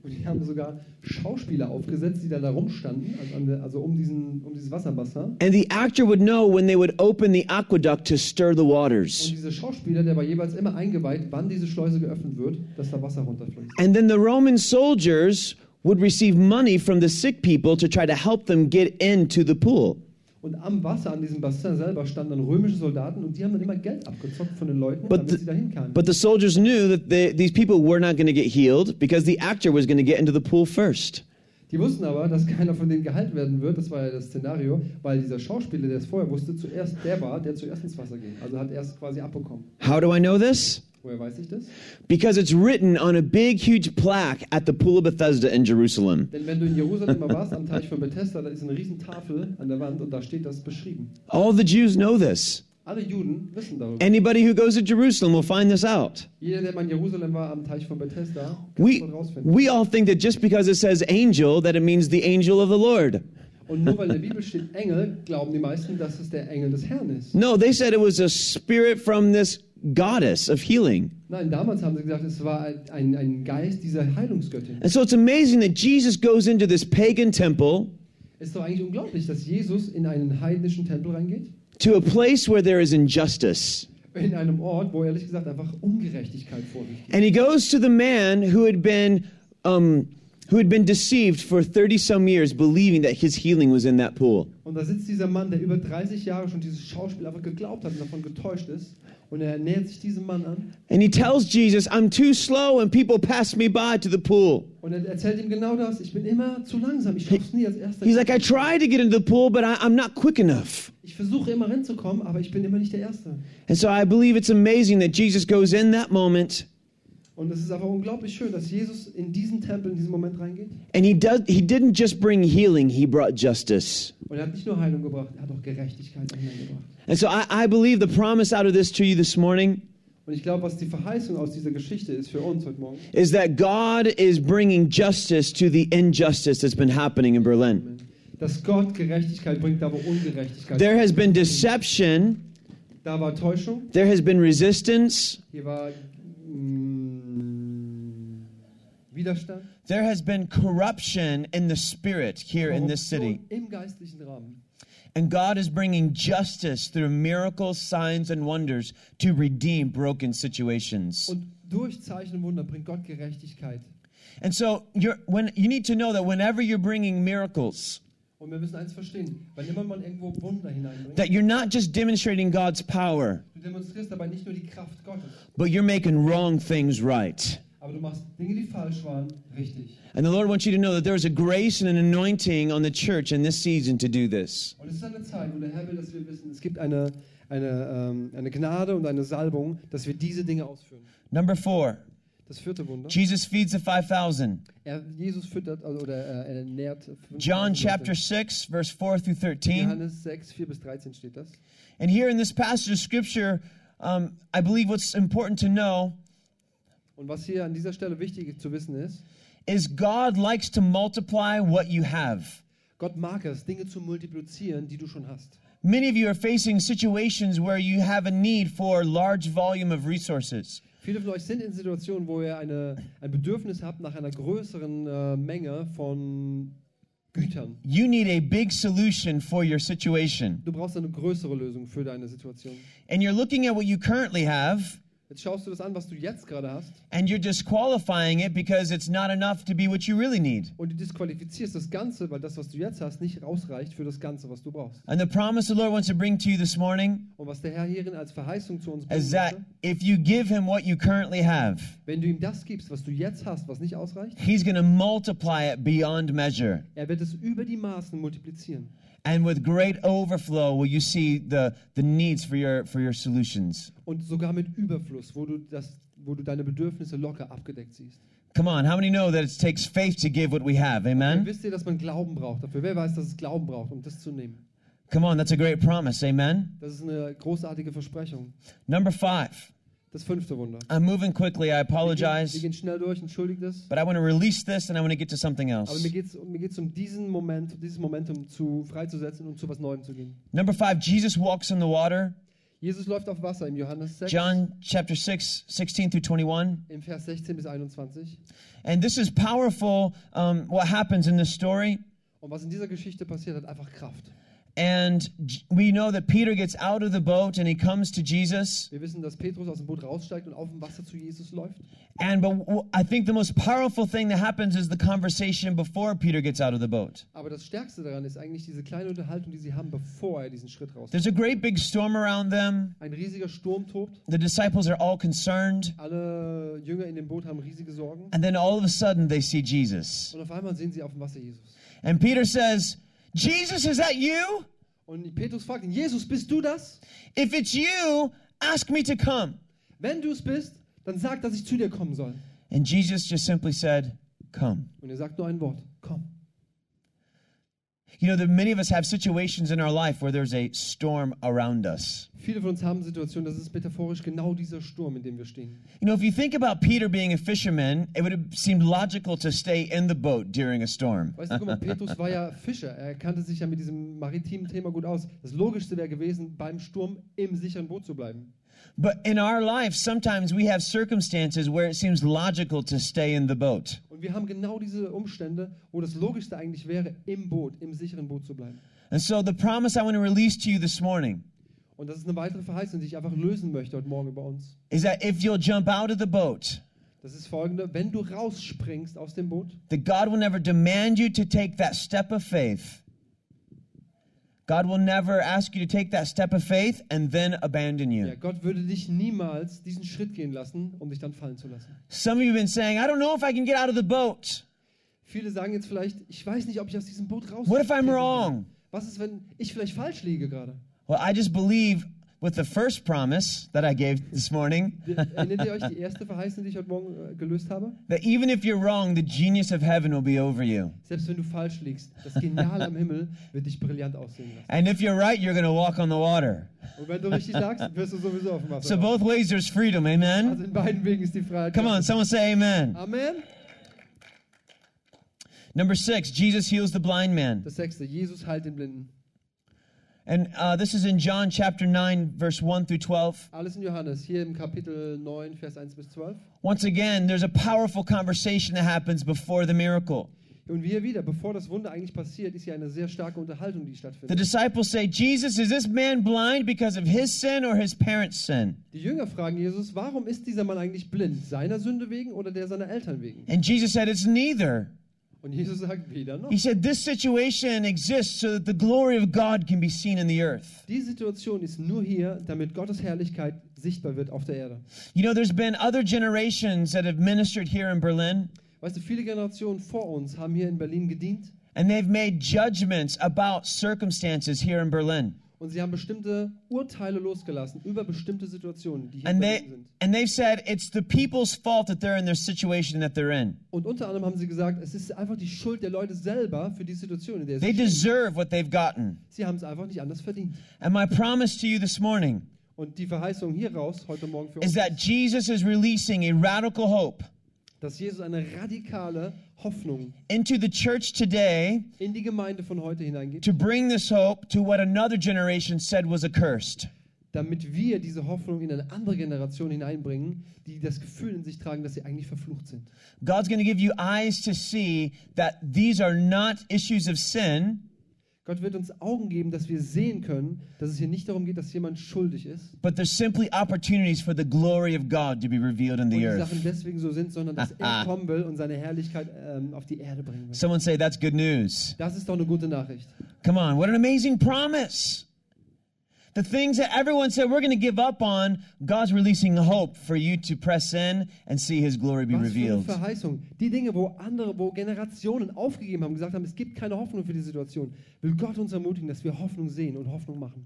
Speaker 1: Und die haben sogar Schauspieler aufgesetzt, die dann da rumstanden, also, an der, also um, diesen, um dieses Wasserbassin.
Speaker 2: And the actor would know when they would open the aqueduct to stir the
Speaker 1: Und
Speaker 2: waters.
Speaker 1: dieser Schauspieler, der war jeweils immer eingeweiht, wann diese Schleuse geöffnet wird, dass da Wasser runterfließt.
Speaker 2: And then the Roman soldiers would receive money from the sick people to try to help them get into the pool.
Speaker 1: Und am Wasser, an diesem Bassin selber, standen dann römische Soldaten und die haben dann immer Geld abgezockt von den Leuten,
Speaker 2: But
Speaker 1: damit
Speaker 2: the-
Speaker 1: sie dahin kamen.
Speaker 2: But the soldiers knew that they, these people were not going to get healed because the actor was going to get into the pool first.
Speaker 1: Die wussten aber, dass keiner von denen geheilt werden wird, das war ja das Szenario, weil dieser Schauspieler, der es vorher wusste, zuerst der war, der zuerst ins Wasser ging. Also hat er es quasi abbekommen.
Speaker 2: How do I know this?
Speaker 1: Woher weiß ich das?
Speaker 2: Because it's written on a big, huge plaque at the Pool of Bethesda in Jerusalem.
Speaker 1: Denn wenn du in Jerusalem mal warst, am Teich von Bethesda, da ist eine riesen Tafel an der Wand und da steht das beschrieben.
Speaker 2: All the Jews know this.
Speaker 1: Alle Juden wissen darüber.
Speaker 2: Anybody who goes to Jerusalem will find this out.
Speaker 1: Jeder, der mal in Jerusalem war, am Teich von Bethesda, kann
Speaker 2: We,
Speaker 1: es dort rausfinden.
Speaker 2: we all think that just because it says angel, that it means the angel of the Lord.
Speaker 1: Und nur weil in der Bibel steht Engel, glauben die meisten, dass es der Engel des Herrn ist.
Speaker 2: No, they said it was a spirit from this goddess of healing.
Speaker 1: Nein, damals haben sie gesagt, es war ein, ein Geist dieser Heilungsgöttin.
Speaker 2: And so it's amazing that Jesus goes into this pagan temple
Speaker 1: Es ist doch eigentlich unglaublich, dass Jesus in einen heidnischen Tempel reingeht.
Speaker 2: to a place where there is injustice.
Speaker 1: In einem Ort, wo ehrlich gesagt einfach Ungerechtigkeit vorliegt.
Speaker 2: And he goes to the man who had been um, who had been deceived for 30 some years believing that his healing was in that pool.
Speaker 1: Und da sitzt dieser Mann, der über 30 Jahre schon dieses Schauspiel einfach geglaubt hat und davon getäuscht ist. Und er nähert sich diesem Mann an
Speaker 2: And he tells Jesus, "I'm too slow and people pass me by to the pool."
Speaker 1: und er erzählt ihm genau das. Ich bin immer zu langsam, ich schaff's nie als Erster.
Speaker 2: He's like, "I try to get into the pool, but I, I'm not quick enough."
Speaker 1: Ich versuche immer reinzukommen, aber ich bin immer nicht der Erste.
Speaker 2: And so I believe it's amazing that Jesus goes in that moment
Speaker 1: Und es ist einfach unglaublich schön, dass Jesus in diesen Tempel, in diesen Moment reingeht.
Speaker 2: and he does he didn't just bring healing, he brought justice.
Speaker 1: Und er hat nicht nur Heilung gebracht, er hat auch Gerechtigkeit hineingebracht.
Speaker 2: And so I, I believe the promise out of this to you this morning
Speaker 1: Und ich glaube, was die Verheißung aus dieser Geschichte ist für uns heute Morgen,
Speaker 2: is that God is bringing justice to the injustice that's been happening in Berlin.
Speaker 1: dass Gott Gerechtigkeit bringt, da wo Ungerechtigkeit
Speaker 2: There has
Speaker 1: ist.
Speaker 2: been deception,
Speaker 1: Da war Täuschung,
Speaker 2: there has been resistance,
Speaker 1: hier war mm, Widerstand.
Speaker 2: there has been corruption in the spirit here in this
Speaker 1: Korruption
Speaker 2: city.
Speaker 1: Im geistlichen Rahmen.
Speaker 2: And God is bringing justice through miracles, signs, and wonders to redeem broken situations.
Speaker 1: Und durch Zeichen und Wunder bringt Gott Gerechtigkeit.
Speaker 2: And so you're, when, you need to know that whenever you're bringing miracles,
Speaker 1: Und wir müssen eins verstehen, wann immer man irgendwo Wunder hineinbringt,
Speaker 2: that you're not just demonstrating God's power,
Speaker 1: du demonstrierst dabei nicht nur die Kraft Gottes,
Speaker 2: but you're making wrong things right.
Speaker 1: aber du machst Dinge, die falsch waren, richtig.
Speaker 2: And the Lord wants you to know that there is a grace and an anointing on the church in this season to do this.
Speaker 1: Und es ist eine Zeit, wo der Herr will, dass wir wissen, es gibt eine, eine, ähm, eine Gnade und eine Salbung, dass wir diese Dinge ausführen.
Speaker 2: Number four,
Speaker 1: Das vierte Wunder.
Speaker 2: Jesus feeds the 5,000.
Speaker 1: Er, Jesus füttert also, oder äh, er nährt. 5000
Speaker 2: John
Speaker 1: Leute.
Speaker 2: chapter 6, verse 4 through 13.
Speaker 1: Johannes 6, 4 bis 13 steht das.
Speaker 2: And here in this passage of scripture, um, I believe what's important to know
Speaker 1: Und was hier an dieser Stelle wichtig zu wissen ist,
Speaker 2: is God likes to multiply what you have.
Speaker 1: Gott mag es, Dinge zu multiplizieren, die du schon hast.
Speaker 2: Many of you are facing situations where you have a need for large volume of resources.
Speaker 1: Viele von euch sind in Situationen, wo ihr eine, ein Bedürfnis habt nach einer größeren äh, Menge von Gütern.
Speaker 2: You need a big solution for your situation.
Speaker 1: Du brauchst eine größere Lösung für deine Situation.
Speaker 2: And you're looking at what you currently have
Speaker 1: Jetzt schaust du das an, was du jetzt gerade hast.
Speaker 2: and you're disqualifying it because it's not enough to be what you really need.
Speaker 1: Und du disqualifizierst das Ganze, weil das, was du jetzt hast, nicht ausreicht für das Ganze, was du brauchst.
Speaker 2: And the promise the Lord wants to bring to you this morning
Speaker 1: Und was der Herr hierin als Verheißung zu uns bringt,
Speaker 2: is that if you give Him what you currently have,
Speaker 1: wenn du ihm das gibst, was du jetzt hast, was nicht ausreicht,
Speaker 2: He's going to multiply it beyond measure.
Speaker 1: er wird es über die Maßen multiplizieren.
Speaker 2: And with great overflow will you see the, the needs for your, for your solutions.
Speaker 1: Und sogar mit Überfluss, wo du, das, wo du deine Bedürfnisse locker abgedeckt siehst.
Speaker 2: Come on, how many know that it takes faith to give what we have?
Speaker 1: Und
Speaker 2: Amen?
Speaker 1: wisst ihr, dass man Glauben braucht dafür? Wer weiß, dass es Glauben braucht, um das zu nehmen?
Speaker 2: Come on, that's a great promise. Amen?
Speaker 1: Das ist eine großartige Versprechung.
Speaker 2: Number five.
Speaker 1: Das fünfte Wunder.
Speaker 2: I'm moving
Speaker 1: Wir gehen,
Speaker 2: quickly. I
Speaker 1: wir
Speaker 2: apologize.
Speaker 1: gehen schnell durch, entschuldigt es.
Speaker 2: But I want to release this and I want to get to something
Speaker 1: Aber
Speaker 2: else.
Speaker 1: mir geht es mir geht's um diesen Moment, dieses Momentum zu freizusetzen und zu was Neuem zu gehen.
Speaker 2: Number five, Jesus walks on the water.
Speaker 1: Jesus läuft auf Wasser im Johannes 6,
Speaker 2: John chapter 6, 16 through 21.
Speaker 1: im Vers 16 bis 21.
Speaker 2: And this is powerful um, what happens in this story.
Speaker 1: Und was in dieser Geschichte passiert, hat einfach Kraft.
Speaker 2: And J- we know that Peter gets out of the boat and he comes to Jesus.
Speaker 1: Wir wissen, dass Petrus aus dem Boot raussteigt und auf dem Wasser zu Jesus läuft.
Speaker 2: And but w- I think the most powerful thing that happens is the conversation before Peter gets out of the boat.
Speaker 1: Aber das Stärkste daran ist eigentlich diese kleine Unterhaltung, die sie haben, bevor er diesen Schritt raus.
Speaker 2: There's a great big storm around them.
Speaker 1: Ein riesiger Sturm tobt.
Speaker 2: The disciples are all concerned.
Speaker 1: Alle Jünger in dem Boot haben riesige Sorgen.
Speaker 2: And then all of a sudden they see Jesus.
Speaker 1: Und auf einmal sehen sie auf dem Wasser Jesus.
Speaker 2: And Peter says, Jesus, is that you?
Speaker 1: Und Petrus fragt ihn, Jesus, bist du das?
Speaker 2: If it's you, ask me to come.
Speaker 1: Wenn du es bist, dann sag, dass ich zu dir kommen soll.
Speaker 2: And Jesus just simply said, Come.
Speaker 1: Und er sagt nur ein Wort, komm.
Speaker 2: You know, that many of us have situations in our life where there's a storm around us.
Speaker 1: Viele von uns haben Situationen, das ist metaphorisch genau dieser Sturm, in dem wir stehen.
Speaker 2: You know, if you think about Peter being a fisherman, it would have seemed logical to stay in the boat during a storm.
Speaker 1: Weißt du, guck mal, Petrus war ja Fischer. Er kannte sich ja mit diesem maritimen Thema gut aus. Das Logischste wäre gewesen, beim Sturm im sicheren Boot zu bleiben.
Speaker 2: But in our life, sometimes we have circumstances where it seems logical to stay in the boat.
Speaker 1: Und wir haben genau diese Umstände, wo das Logischste eigentlich wäre, im Boot, im sicheren Boot zu bleiben.
Speaker 2: And so, the promise I want to release to you this morning
Speaker 1: Und das ist eine weitere Verheißung, die ich einfach lösen möchte heute Morgen bei uns.
Speaker 2: is that if you'll jump out of the boat,
Speaker 1: Das ist folgende, wenn du rausspringst aus dem Boot,
Speaker 2: that God will never demand you to take that step of faith. God will never ask you to take that step of faith and then abandon you.
Speaker 1: ja, Gott würde dich niemals diesen Schritt gehen lassen, um dich dann fallen zu lassen.
Speaker 2: Some of you have been saying, I don't know if I can get out of the boat.
Speaker 1: Viele sagen jetzt vielleicht, ich weiß nicht, ob ich aus diesem Boot raus.
Speaker 2: What if I'm wrong?
Speaker 1: Was ist, wenn ich vielleicht falsch liege gerade?
Speaker 2: Well, I just believe with the first promise that I gave this morning
Speaker 1: Erinnert ihr euch die erste Verheißung, die ich heute Morgen äh, gelöst habe?
Speaker 2: that even if you're wrong, the genius of heaven will be over you.
Speaker 1: Selbst wenn du falsch liegst, das Genial am Himmel wird dich brillant aussehen lassen.
Speaker 2: And if you're right, you're going to walk on the water.
Speaker 1: Und wenn du richtig sagst, wirst du sowieso auf dem Wasser.
Speaker 2: So
Speaker 1: laufen.
Speaker 2: both ways there's freedom,
Speaker 1: Also
Speaker 2: amen?
Speaker 1: in beiden Wegen ist die Freiheit.
Speaker 2: Come on, someone say amen.
Speaker 1: Amen.
Speaker 2: Number six, Jesus heals the blind man.
Speaker 1: Das sechste, Jesus heilt den Blinden.
Speaker 2: And uh, this is in John chapter 9, verse 1 through 12.
Speaker 1: Alles in Johannes, hier im Kapitel 9, Vers 1 bis 12.
Speaker 2: Once again, there's a powerful conversation that happens before the miracle.
Speaker 1: Und wir wieder, bevor das Wunder eigentlich passiert, ist hier eine sehr starke Unterhaltung, die
Speaker 2: The
Speaker 1: stattfindet.
Speaker 2: disciples say, Jesus, is this man blind because of his sin or his parents' sin?
Speaker 1: Die Jünger fragen Jesus, warum ist dieser Mann eigentlich blind? Seiner Sünde wegen oder der seiner Eltern wegen?
Speaker 2: And Jesus said, It's neither.
Speaker 1: Und Jesus sagt, weder noch.
Speaker 2: He said, This situation exists so that the glory of God can be seen in the earth.
Speaker 1: Die Situation ist nur hier, damit Gottes Herrlichkeit sichtbar wird auf der Erde.
Speaker 2: You know, there's been other generations that have ministered here in Berlin,
Speaker 1: Weißt du, viele Generationen vor uns haben hier in Berlin gedient
Speaker 2: and they've made judgments about circumstances here in Berlin.
Speaker 1: und sie haben bestimmte Urteile losgelassen über bestimmte Situationen, die hier in
Speaker 2: and they
Speaker 1: Berlin sind.
Speaker 2: and they've said it's the people's fault that they're in their situation that they're in.
Speaker 1: Und unter anderem haben sie gesagt, es ist einfach die Schuld der Leute selber für die Situation, in der
Speaker 2: They
Speaker 1: sie stehen.
Speaker 2: deserve what they've gotten.
Speaker 1: Sie haben es einfach nicht anders verdient.
Speaker 2: And my promise to you this morning
Speaker 1: Und die Verheißung hier raus, heute Morgen für
Speaker 2: is
Speaker 1: uns,
Speaker 2: that Jesus is releasing a radical hope
Speaker 1: dass Jesus eine radikale Hoffnung
Speaker 2: into the church today
Speaker 1: in die Gemeinde von heute hineingibt,
Speaker 2: to bring this hope to what another generation said was accursed.
Speaker 1: damit wir diese Hoffnung in eine andere Generation hineinbringen, die das Gefühl in sich tragen, dass sie eigentlich verflucht sind.
Speaker 2: God's going to give you eyes to see that these are not issues of sin,
Speaker 1: Gott wird uns Augen geben, dass wir sehen können, dass es hier nicht darum geht, dass jemand schuldig ist
Speaker 2: but they're simply opportunities for the glory of God to be revealed in
Speaker 1: und
Speaker 2: the
Speaker 1: die
Speaker 2: earth.
Speaker 1: Sachen deswegen so sind, sondern dass er kommen will und seine Herrlichkeit ähm, auf die Erde bringen will.
Speaker 2: Someone say that's good news.
Speaker 1: Das ist doch eine gute Nachricht.
Speaker 2: Come on, what an amazing promise. The things that everyone said we're going to give up on, God's releasing hope for you to press in and see His glory be
Speaker 1: Was für eine
Speaker 2: revealed.
Speaker 1: Verheißung. Die Dinge, wo andere, wo Generationen aufgegeben haben, gesagt haben, es gibt keine Hoffnung für die Situation, will Gott uns ermutigen, dass wir Hoffnung sehen und Hoffnung machen.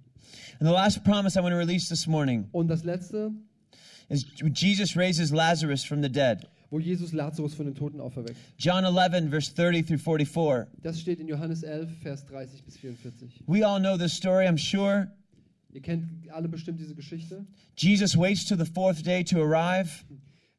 Speaker 2: And the last promise I want to release this morning
Speaker 1: Und das Letzte,
Speaker 2: is Jesus raises Lazarus from the dead.
Speaker 1: wo Jesus Lazarus von den Toten auferweckt.
Speaker 2: John 11, verse 30 through 44.
Speaker 1: Das steht in Johannes 11, Vers 30 bis 44.
Speaker 2: We all know this story, I'm sure.
Speaker 1: Ihr kennt alle bestimmt diese Geschichte.
Speaker 2: Jesus waits till the fourth day to arrive.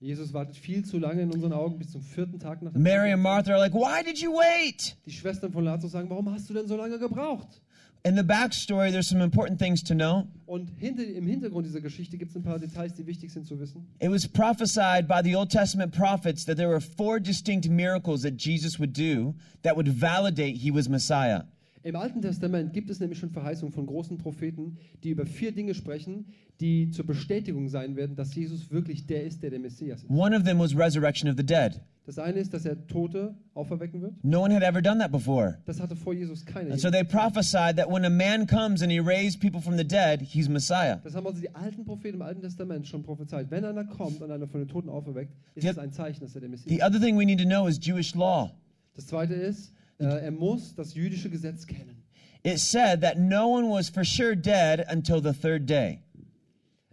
Speaker 1: Jesus wartet viel zu lange in unseren Augen bis zum vierten Tag nach dem
Speaker 2: Mary and Martha are like, Why did you wait?
Speaker 1: Die Schwestern von Lazarus sagen, warum hast du denn so lange gebraucht?
Speaker 2: In the backstory, there's some important things to know.
Speaker 1: Und hinter, im Hintergrund dieser Geschichte gibt es ein paar Details, die wichtig sind zu wissen.
Speaker 2: It was prophesied by the Old Testament prophets that there were four distinct miracles that Jesus would do that would validate he was Messiah.
Speaker 1: Im Alten Testament gibt es nämlich schon Verheißungen von großen Propheten, die über vier Dinge sprechen, die zur Bestätigung sein werden, dass Jesus wirklich der ist, der der Messias ist.
Speaker 2: One of them was resurrection of the dead.
Speaker 1: Das eine ist, dass er Tote auferwecken wird.
Speaker 2: No one had ever done that before.
Speaker 1: Das hatte vor Jesus keiner.
Speaker 2: And so they prophesied that when a man comes and he raised people from the dead, he's Messiah.
Speaker 1: Das haben also die alten Propheten im Alten Testament schon prophezeit. Wenn einer kommt und einer von den Toten auferweckt, ist
Speaker 2: Die-
Speaker 1: es ein Zeichen, dass er der Messias
Speaker 2: The
Speaker 1: ist.
Speaker 2: other thing we need to know is Jewish law.
Speaker 1: Das zweite ist, äh, er muss das jüdische Gesetz kennen.
Speaker 2: It said that no one was for sure dead until the third day.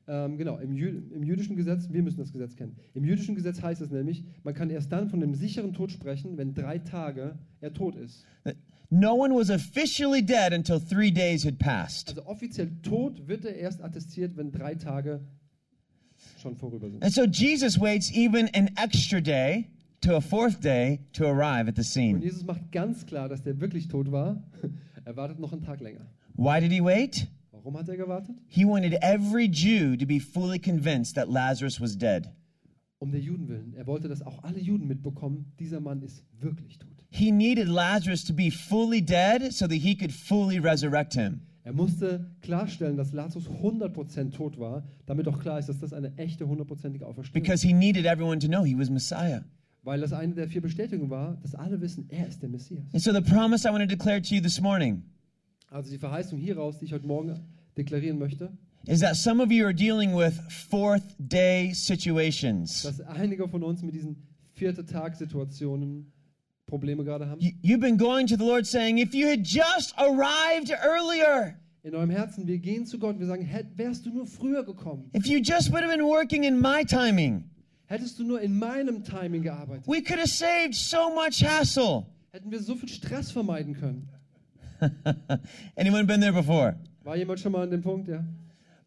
Speaker 1: Ähm, genau, im, Jü im jüdischen Gesetz, wir müssen das Gesetz kennen. Im jüdischen Gesetz heißt es nämlich, man kann erst dann von dem sicheren Tod sprechen, wenn drei Tage er tot ist.
Speaker 2: That No one was officially dead until three days had passed.
Speaker 1: Also offiziell tot wird er erst attestiert, wenn drei Tage schon vorüber sind.
Speaker 2: And so Jesus waits even an extra day to a fourth day to arrive at the
Speaker 1: Und
Speaker 2: scene.
Speaker 1: Jesus macht ganz klar, dass der wirklich tot war. Er wartet noch einen Tag länger.
Speaker 2: Why did he wait?
Speaker 1: Warum hat er gewartet?
Speaker 2: He wanted every Jew to be fully convinced that Lazarus was dead.
Speaker 1: Um der Juden willen. Er wollte, dass auch alle Juden mitbekommen, dieser Mann ist wirklich tot.
Speaker 2: He needed Lazarus to be fully dead so that he could fully resurrect him.
Speaker 1: Er musste klarstellen, dass Lazarus 100% tot war, damit auch klar ist, dass das eine echte hundertprozentige Auferstehung
Speaker 2: Because he needed everyone to know he was Messiah.
Speaker 1: Weil das eine der vier Bestätigungen war, dass alle wissen, er ist der Messias.
Speaker 2: And so the promise I want to declare to you this morning
Speaker 1: Also die Verheißung hieraus, die ich heute Morgen deklarieren möchte,
Speaker 2: is that some of you are dealing with fourth day situations.
Speaker 1: dass einige von uns mit diesen vierte Tag Situationen Probleme gerade haben.
Speaker 2: You- You've been going to the Lord saying, if you had just arrived earlier,
Speaker 1: In eurem Herzen, wir gehen zu Gott und wir sagen, "Hätt- wärst du nur früher gekommen,
Speaker 2: if you just would have been working in my timing,
Speaker 1: hättest du nur in meinem Timing gearbeitet,
Speaker 2: we could have saved so much hassle.
Speaker 1: hätten wir so viel Stress vermeiden können.
Speaker 2: Anyone been there before?
Speaker 1: War jemand schon mal an dem Punkt, ja?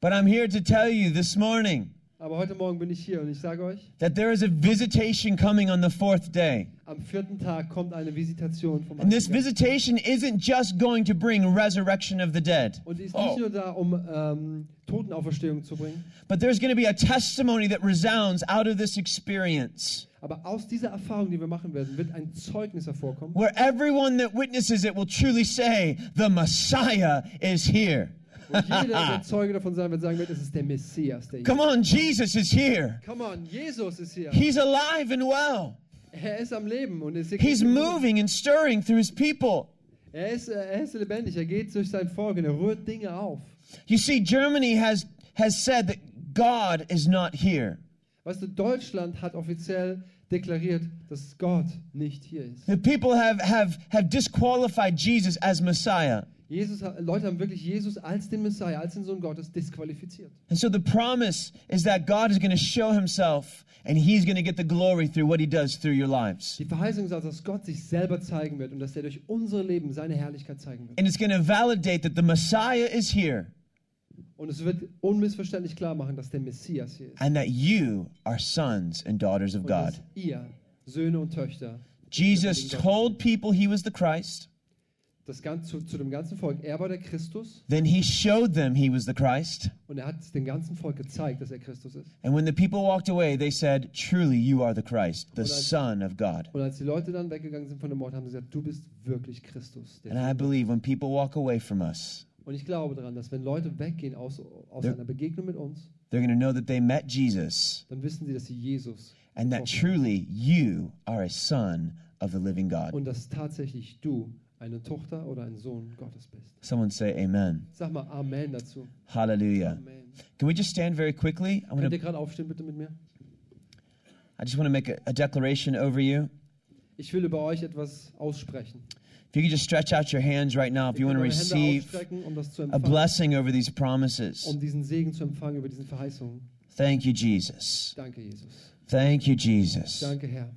Speaker 2: But I'm here to tell you this morning
Speaker 1: Aber heute Morgen bin ich hier und ich sage euch,
Speaker 2: that there is a visitation coming on the fourth day.
Speaker 1: am vierten Tag kommt eine Visitation vom
Speaker 2: And this
Speaker 1: Heiligen Geist.
Speaker 2: visitation isn't just going to bring resurrection of the dead,
Speaker 1: Und die ist
Speaker 2: Oh.
Speaker 1: nicht nur da, um ähm, Totenauferstehung zu bringen,
Speaker 2: but there's going to be a testimony that resounds out of this experience
Speaker 1: Aber aus dieser Erfahrung, die wir machen werden, wird ein Zeugnis hervorkommen,
Speaker 2: where everyone that witnesses it will truly say, The Messiah is here.
Speaker 1: wo jeder
Speaker 2: Ah.
Speaker 1: der Zeuge davon sein wird, sagen wird, es ist der Messias, der hier.
Speaker 2: Come on, Jesus is here.
Speaker 1: Come on, Jesus ist hier.
Speaker 2: He's alive and well.
Speaker 1: Er ist am Leben und ist
Speaker 2: He's moving and stirring through his people.
Speaker 1: er ist, äh, er ist lebendig, er geht durch sein Volk und er rührt Dinge auf.
Speaker 2: You see, Germany has, has said that God is not here.
Speaker 1: Weißt du, Deutschland hat offiziell deklariert, dass Gott nicht hier ist.
Speaker 2: The people have, have, have disqualified Jesus as Messiah.
Speaker 1: Jesus, ha- Leute haben wirklich Jesus als den Messias, als den Sohn Gottes disqualifiziert.
Speaker 2: And so the promise is that God is going to show himself and he's going to get the glory through what he does through your lives.
Speaker 1: Die Verheißung ist also, dass Gott sich selber zeigen wird und dass er durch unser Leben seine Herrlichkeit zeigen wird.
Speaker 2: And it's going to validate that the Messiah is here
Speaker 1: Und es wird unmissverständlich klar machen, dass der Messias hier ist.
Speaker 2: and that you are sons and daughters of
Speaker 1: Und dass
Speaker 2: God.
Speaker 1: ihr, Söhne und Töchter,
Speaker 2: Jesus told people he was the Christ,
Speaker 1: das Ganze, zu, zu dem ganzen Volk, er war der Christus
Speaker 2: then he showed them he was the Christ.
Speaker 1: und er hat es dem ganzen Volk gezeigt, dass er Christus ist.
Speaker 2: And when the people walked away, they said, Truly, you are the Christ, the
Speaker 1: Well, I-
Speaker 2: Son of God.
Speaker 1: Und als die Leute dann weggegangen sind von dem Mord, haben sie gesagt, du bist wirklich Christus.
Speaker 2: And
Speaker 1: Der
Speaker 2: I believe when people walk away from us,
Speaker 1: und ich glaube daran, dass wenn Leute weggehen aus, aus
Speaker 2: Ja.
Speaker 1: einer Begegnung mit uns,
Speaker 2: they're going to know that they met Jesus
Speaker 1: dann wissen sie, dass sie Jesus
Speaker 2: and that
Speaker 1: getroffen
Speaker 2: truly you are a son of the living
Speaker 1: haben.
Speaker 2: God.
Speaker 1: und dass tatsächlich du eine Tochter oder ein Sohn Gottes bist.
Speaker 2: Someone say amen.
Speaker 1: Sag mal Amen dazu.
Speaker 2: Hallelujah.
Speaker 1: Amen.
Speaker 2: Can we just stand very quickly? I,
Speaker 1: Könnt
Speaker 2: wanna,
Speaker 1: ihr gerade aufstehen bitte mit mir?
Speaker 2: I just want to make a, a declaration over you.
Speaker 1: Ich will über euch etwas aussprechen.
Speaker 2: If you could just stretch out your hands right now, if
Speaker 1: Ihr
Speaker 2: you want
Speaker 1: könnt
Speaker 2: to
Speaker 1: eure Hände
Speaker 2: receive
Speaker 1: ausstrecken, um das zu
Speaker 2: a
Speaker 1: empfangen,
Speaker 2: blessing over these promises.
Speaker 1: um diesen Segen zu empfangen über diesen Verheißungen.
Speaker 2: Thank you, Jesus.
Speaker 1: Danke, Jesus.
Speaker 2: Thank you, Jesus.
Speaker 1: Danke, Herr.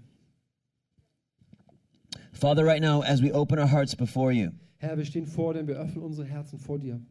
Speaker 2: Father, right now, as we open our hearts before you,
Speaker 1: Herr, wir stehen vor dir und wir öffnen unsere Herzen vor dir.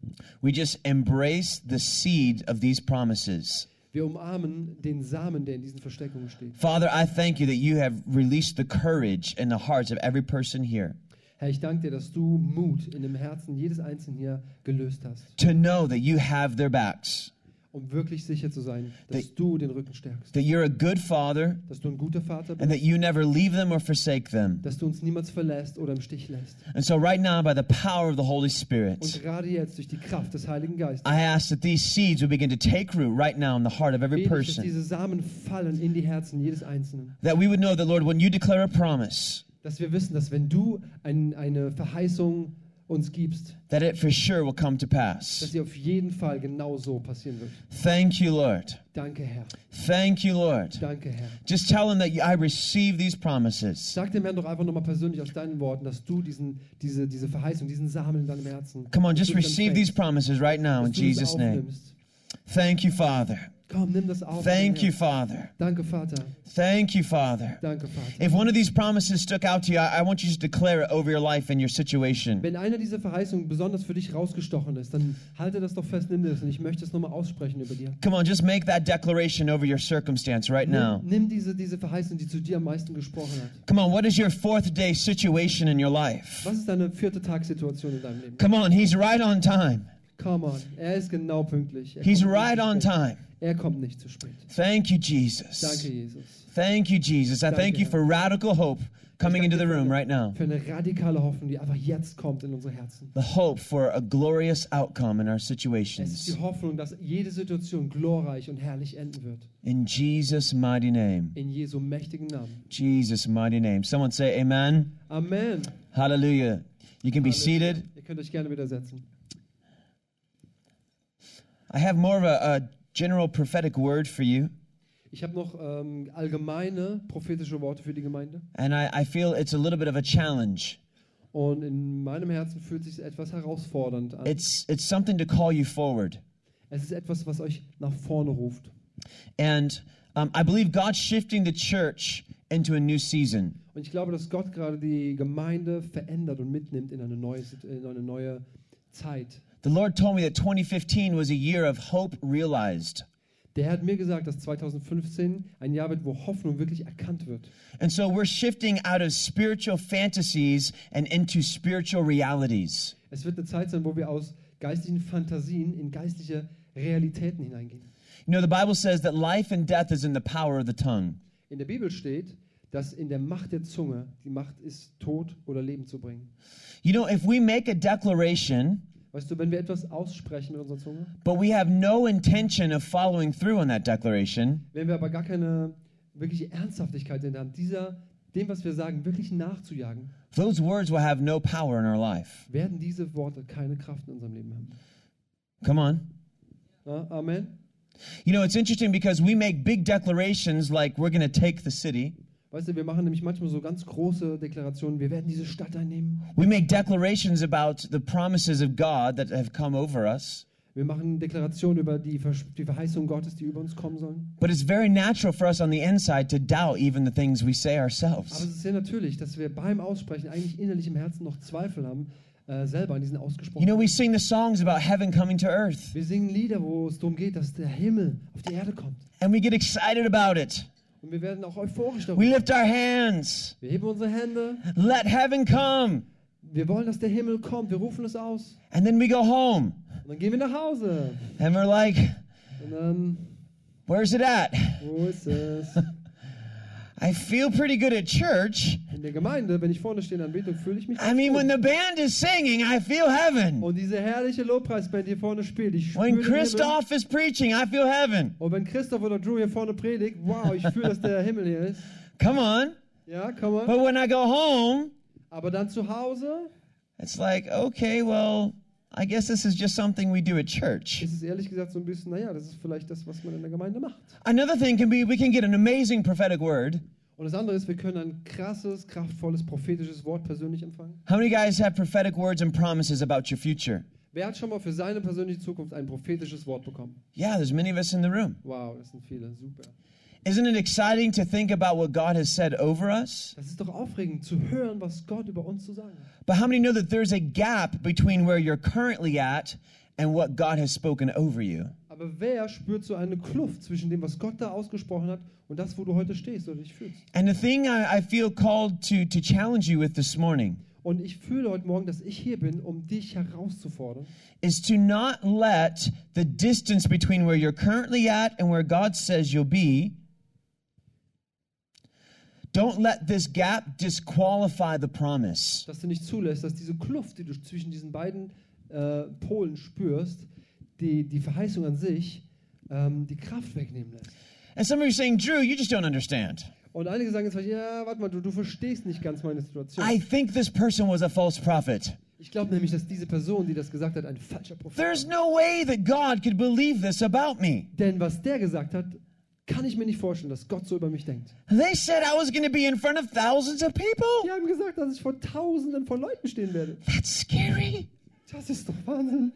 Speaker 2: we just embrace the seed of these promises.
Speaker 1: Wir umarmen den Samen, der in diesen Versteckungen steht.
Speaker 2: Father, I thank you that you have released the courage in the hearts of every person here
Speaker 1: Herr, ich danke dir, dass du Mut in dem Herzen jedes Einzelnen hier gelöst hast,
Speaker 2: to know that you have their backs,
Speaker 1: um wirklich sicher zu sein, dass du den Rücken stärkst,
Speaker 2: that you're a good father,
Speaker 1: dass du ein guter Vater
Speaker 2: and
Speaker 1: bist,
Speaker 2: that you never leave them or forsake them.
Speaker 1: dass du uns niemals verlässt oder im Stich lässt.
Speaker 2: And so, right now, by the power of the Holy
Speaker 1: Und
Speaker 2: Spirit,
Speaker 1: gerade jetzt durch die Kraft des Heiligen Geistes
Speaker 2: I ask that these seeds will begin to take root right now in the heart of
Speaker 1: bete
Speaker 2: every
Speaker 1: ich, dass
Speaker 2: person.
Speaker 1: diese Samen fallen in die Herzen jedes Einzelnen.
Speaker 2: That we would know that, Lord, when you declare a promise,
Speaker 1: Dass wir wissen, dass wenn du ein, eine Verheißung uns gibst,
Speaker 2: that it for sure will come to
Speaker 1: dass
Speaker 2: pass.
Speaker 1: sie auf jeden Fall genau so passieren wird.
Speaker 2: Thank you, Lord.
Speaker 1: Danke, Herr.
Speaker 2: Thank you, Lord.
Speaker 1: Danke, Herr.
Speaker 2: Just tell him that I receive these promises.
Speaker 1: Sag dem Herrn doch einfach nochmal persönlich aus deinen Worten, dass du diesen, diese, diese Verheißung, diesen Samen in deinem Herzen.
Speaker 2: Come on, just
Speaker 1: dass du es
Speaker 2: receive these
Speaker 1: empfängst,
Speaker 2: promises right now
Speaker 1: dass
Speaker 2: in
Speaker 1: du das
Speaker 2: Jesus' name.
Speaker 1: aufnimmst.
Speaker 2: Thank you, Father.
Speaker 1: Komm, nimm das auf.
Speaker 2: Thank
Speaker 1: Herr.
Speaker 2: you, Father.
Speaker 1: Danke, Vater.
Speaker 2: Thank you, Father.
Speaker 1: Danke, Vater.
Speaker 2: If one of these promises stuck out to you, I, I want you to declare it over your life and your situation.
Speaker 1: Wenn eine dieser Verheißungen besonders für dich rausgestochen ist, dann halte das doch fest, nimm das. Und ich möchte es nochmal aussprechen über dir.
Speaker 2: Come on, just make that declaration over your circumstance right now.
Speaker 1: Nimm, nimm diese, diese Verheißung, die zu dir am meisten gesprochen hat.
Speaker 2: Come on, what is your fourth day situation in your life?
Speaker 1: Was ist deine vierte Tagssituation in deinem Leben?
Speaker 2: Come on, he's right on time.
Speaker 1: Come on, er ist genau pünktlich. Er
Speaker 2: He's
Speaker 1: kommt nicht
Speaker 2: right
Speaker 1: zu
Speaker 2: on
Speaker 1: spät.
Speaker 2: time.
Speaker 1: Er kommt nicht zu spät.
Speaker 2: Thank you,
Speaker 1: Danke,
Speaker 2: Jesus.
Speaker 1: Jesus.
Speaker 2: Thank you, Jesus. I
Speaker 1: Danke,
Speaker 2: thank you
Speaker 1: Herr.
Speaker 2: for radical hope coming into
Speaker 1: Danke
Speaker 2: the
Speaker 1: für
Speaker 2: room
Speaker 1: eine-
Speaker 2: right now.
Speaker 1: Für eine radikale Hoffnung, die einfach jetzt kommt in unsere Herzen.
Speaker 2: The hope for a glorious outcome in our
Speaker 1: Es ist
Speaker 2: situations.
Speaker 1: die Hoffnung, dass jede Situation glorreich und herrlich enden wird.
Speaker 2: In Jesus' mighty name.
Speaker 1: In Jesu mächtigen Namen.
Speaker 2: Jesus' mighty name. Someone say amen.
Speaker 1: Amen.
Speaker 2: Hallelujah. You can be seated.
Speaker 1: Ihr könnt euch gerne wieder setzen.
Speaker 2: I have more of a, a general prophetic word for you,
Speaker 1: Ich habe noch ähm, allgemeine prophetische Worte für die Gemeinde.
Speaker 2: and I, I feel it's a little bit of a challenge.
Speaker 1: Und in meinem Herzen fühlt sich etwas herausfordernd an.
Speaker 2: It's, it's something to call you forward.
Speaker 1: es ist etwas, was euch nach vorne ruft.
Speaker 2: And um, I believe God's shifting the church into a new season.
Speaker 1: Und ich glaube, dass Gott gerade die Gemeinde verändert und mitnimmt in eine neue, Sit- in eine neue Zeit.
Speaker 2: The Lord told me that 2015 was a year of hope realized.
Speaker 1: Der Herr hat mir gesagt, dass 2015 ein Jahr wird, wo Hoffnung wirklich erkannt wird.
Speaker 2: And so we're shifting out of spiritual fantasies and into spiritual realities.
Speaker 1: Es wird eine Zeit sein, wo wir aus geistlichen Fantasien in geistliche Realitäten hineingehen.
Speaker 2: You know, the Bible says that life and death is in the power of the tongue.
Speaker 1: In der Bibel steht, dass in der Macht der Zunge die Macht ist, Tod oder Leben zu bringen.
Speaker 2: You know, if we make a declaration,
Speaker 1: Weißt du, wenn wir etwas aussprechen mit unserer Zunge,
Speaker 2: but we have no intention of following through on that declaration,
Speaker 1: wenn wir aber gar keine wirkliche Ernsthaftigkeit in haben, dieser, dem, was wir sagen, wirklich nachzujagen,
Speaker 2: those words will have no power in our life.
Speaker 1: werden diese Worte keine Kraft in unserem Leben haben.
Speaker 2: Come on.
Speaker 1: Ja, Amen.
Speaker 2: You know, it's interesting because we make big declarations like we're going to take the city.
Speaker 1: Weißt du, wir machen nämlich manchmal so ganz große Deklarationen, wir werden diese Stadt einnehmen.
Speaker 2: We make declarations about the promises of God that have come over us.
Speaker 1: Wir machen Deklarationen über die, Vers die Verheißung Gottes, die über uns kommen sollen.
Speaker 2: But it's very natural for us on the inside to doubt even the things we say
Speaker 1: Aber
Speaker 2: ourselves.
Speaker 1: es ist sehr natürlich, dass wir beim Aussprechen eigentlich innerlich im Herzen noch Zweifel haben, äh, selber an diesen
Speaker 2: You
Speaker 1: ausgesprochenen.
Speaker 2: know, we sing the songs about heaven coming to earth,
Speaker 1: wir singen Lieder, wo es darum geht, dass der Himmel auf die Erde kommt.
Speaker 2: and we get excited about it.
Speaker 1: Und wir werden auch euphorisch darüber.
Speaker 2: We lift our hands.
Speaker 1: wir heben unsere Hände.
Speaker 2: Let heaven come.
Speaker 1: Wir wollen, dass der Himmel kommt. Wir rufen es aus.
Speaker 2: And then we go home,
Speaker 1: Und dann gehen wir nach Hause.
Speaker 2: and we're like,
Speaker 1: Und dann,
Speaker 2: where's it at?
Speaker 1: wo ist es?
Speaker 2: I feel pretty good at church.
Speaker 1: In der Gemeinde, wenn ich vorne stehe in der Anbetung, fühle ich mich.
Speaker 2: I mean, when the band is singing, I feel heaven.
Speaker 1: Und diese herrliche Lobpreisband hier vorne spielt, ich spüre
Speaker 2: When
Speaker 1: den Himmel.
Speaker 2: Christoph is preaching, I feel heaven.
Speaker 1: Und wenn Christoph oder Drew hier vorne predigt, wow, ich fühle, dass der Himmel hier ist.
Speaker 2: Come on.
Speaker 1: Ja, komm mal.
Speaker 2: But when I go home,
Speaker 1: Aber dann zu Hause,
Speaker 2: It's like, okay, well, I guess this is just something we do at church.
Speaker 1: ist es ehrlich gesagt so ein bisschen, naja, das ist vielleicht das, was man in der Gemeinde macht.
Speaker 2: Another thing can be we can get an amazing prophetic word.
Speaker 1: Und das andere ist, wir können ein krasses, kraftvolles, prophetisches Wort persönlich empfangen.
Speaker 2: How many guys have prophetic words and promises about your future?
Speaker 1: Wer hat schon mal für seine persönliche Zukunft ein prophetisches Wort bekommen?
Speaker 2: Yeah, there's many of us in the room.
Speaker 1: Wow, das sind viele, super.
Speaker 2: Isn't it exciting to think about what God has said over us?
Speaker 1: Das ist doch aufregend zu hören, was Gott über uns zu sagen hat.
Speaker 2: But how many know that there's a gap between where you're currently at and what God has spoken over you?
Speaker 1: Aber wer spürt so eine Kluft zwischen dem, was Gott da ausgesprochen hat und das, wo du heute stehst oder dich fühlst?
Speaker 2: And the thing I, I feel called to, to challenge you with this morning
Speaker 1: Und ich fühle heute Morgen, dass ich hier bin, um dich herauszufordern,
Speaker 2: is to not let the distance between where you're currently at and where God says you'll be, don't let this gap disqualify the promise.
Speaker 1: dass du nicht zulässt, dass diese Kluft, die du zwischen diesen beiden äh, Polen spürst, die, die Verheißung an sich, ähm, die Kraft wegnehmen lässt.
Speaker 2: And some of you are saying, Drew, you just don't understand.
Speaker 1: Und einige sagen jetzt vielleicht, ja, warte mal, du, du verstehst nicht ganz meine Situation.
Speaker 2: I think this person was a false prophet.
Speaker 1: Ich glaube nämlich, dass diese Person, die das gesagt hat, ein falscher Prophet
Speaker 2: There's
Speaker 1: ist.
Speaker 2: no way that God could believe this about me.
Speaker 1: Denn was der gesagt hat, kann ich mir nicht vorstellen, dass Gott so über mich denkt.
Speaker 2: They said I was going to be in front of thousands of people.
Speaker 1: Die haben gesagt, dass ich vor Tausenden von Leuten stehen werde.
Speaker 2: That's scary.
Speaker 1: Das ist doch Wahnsinn.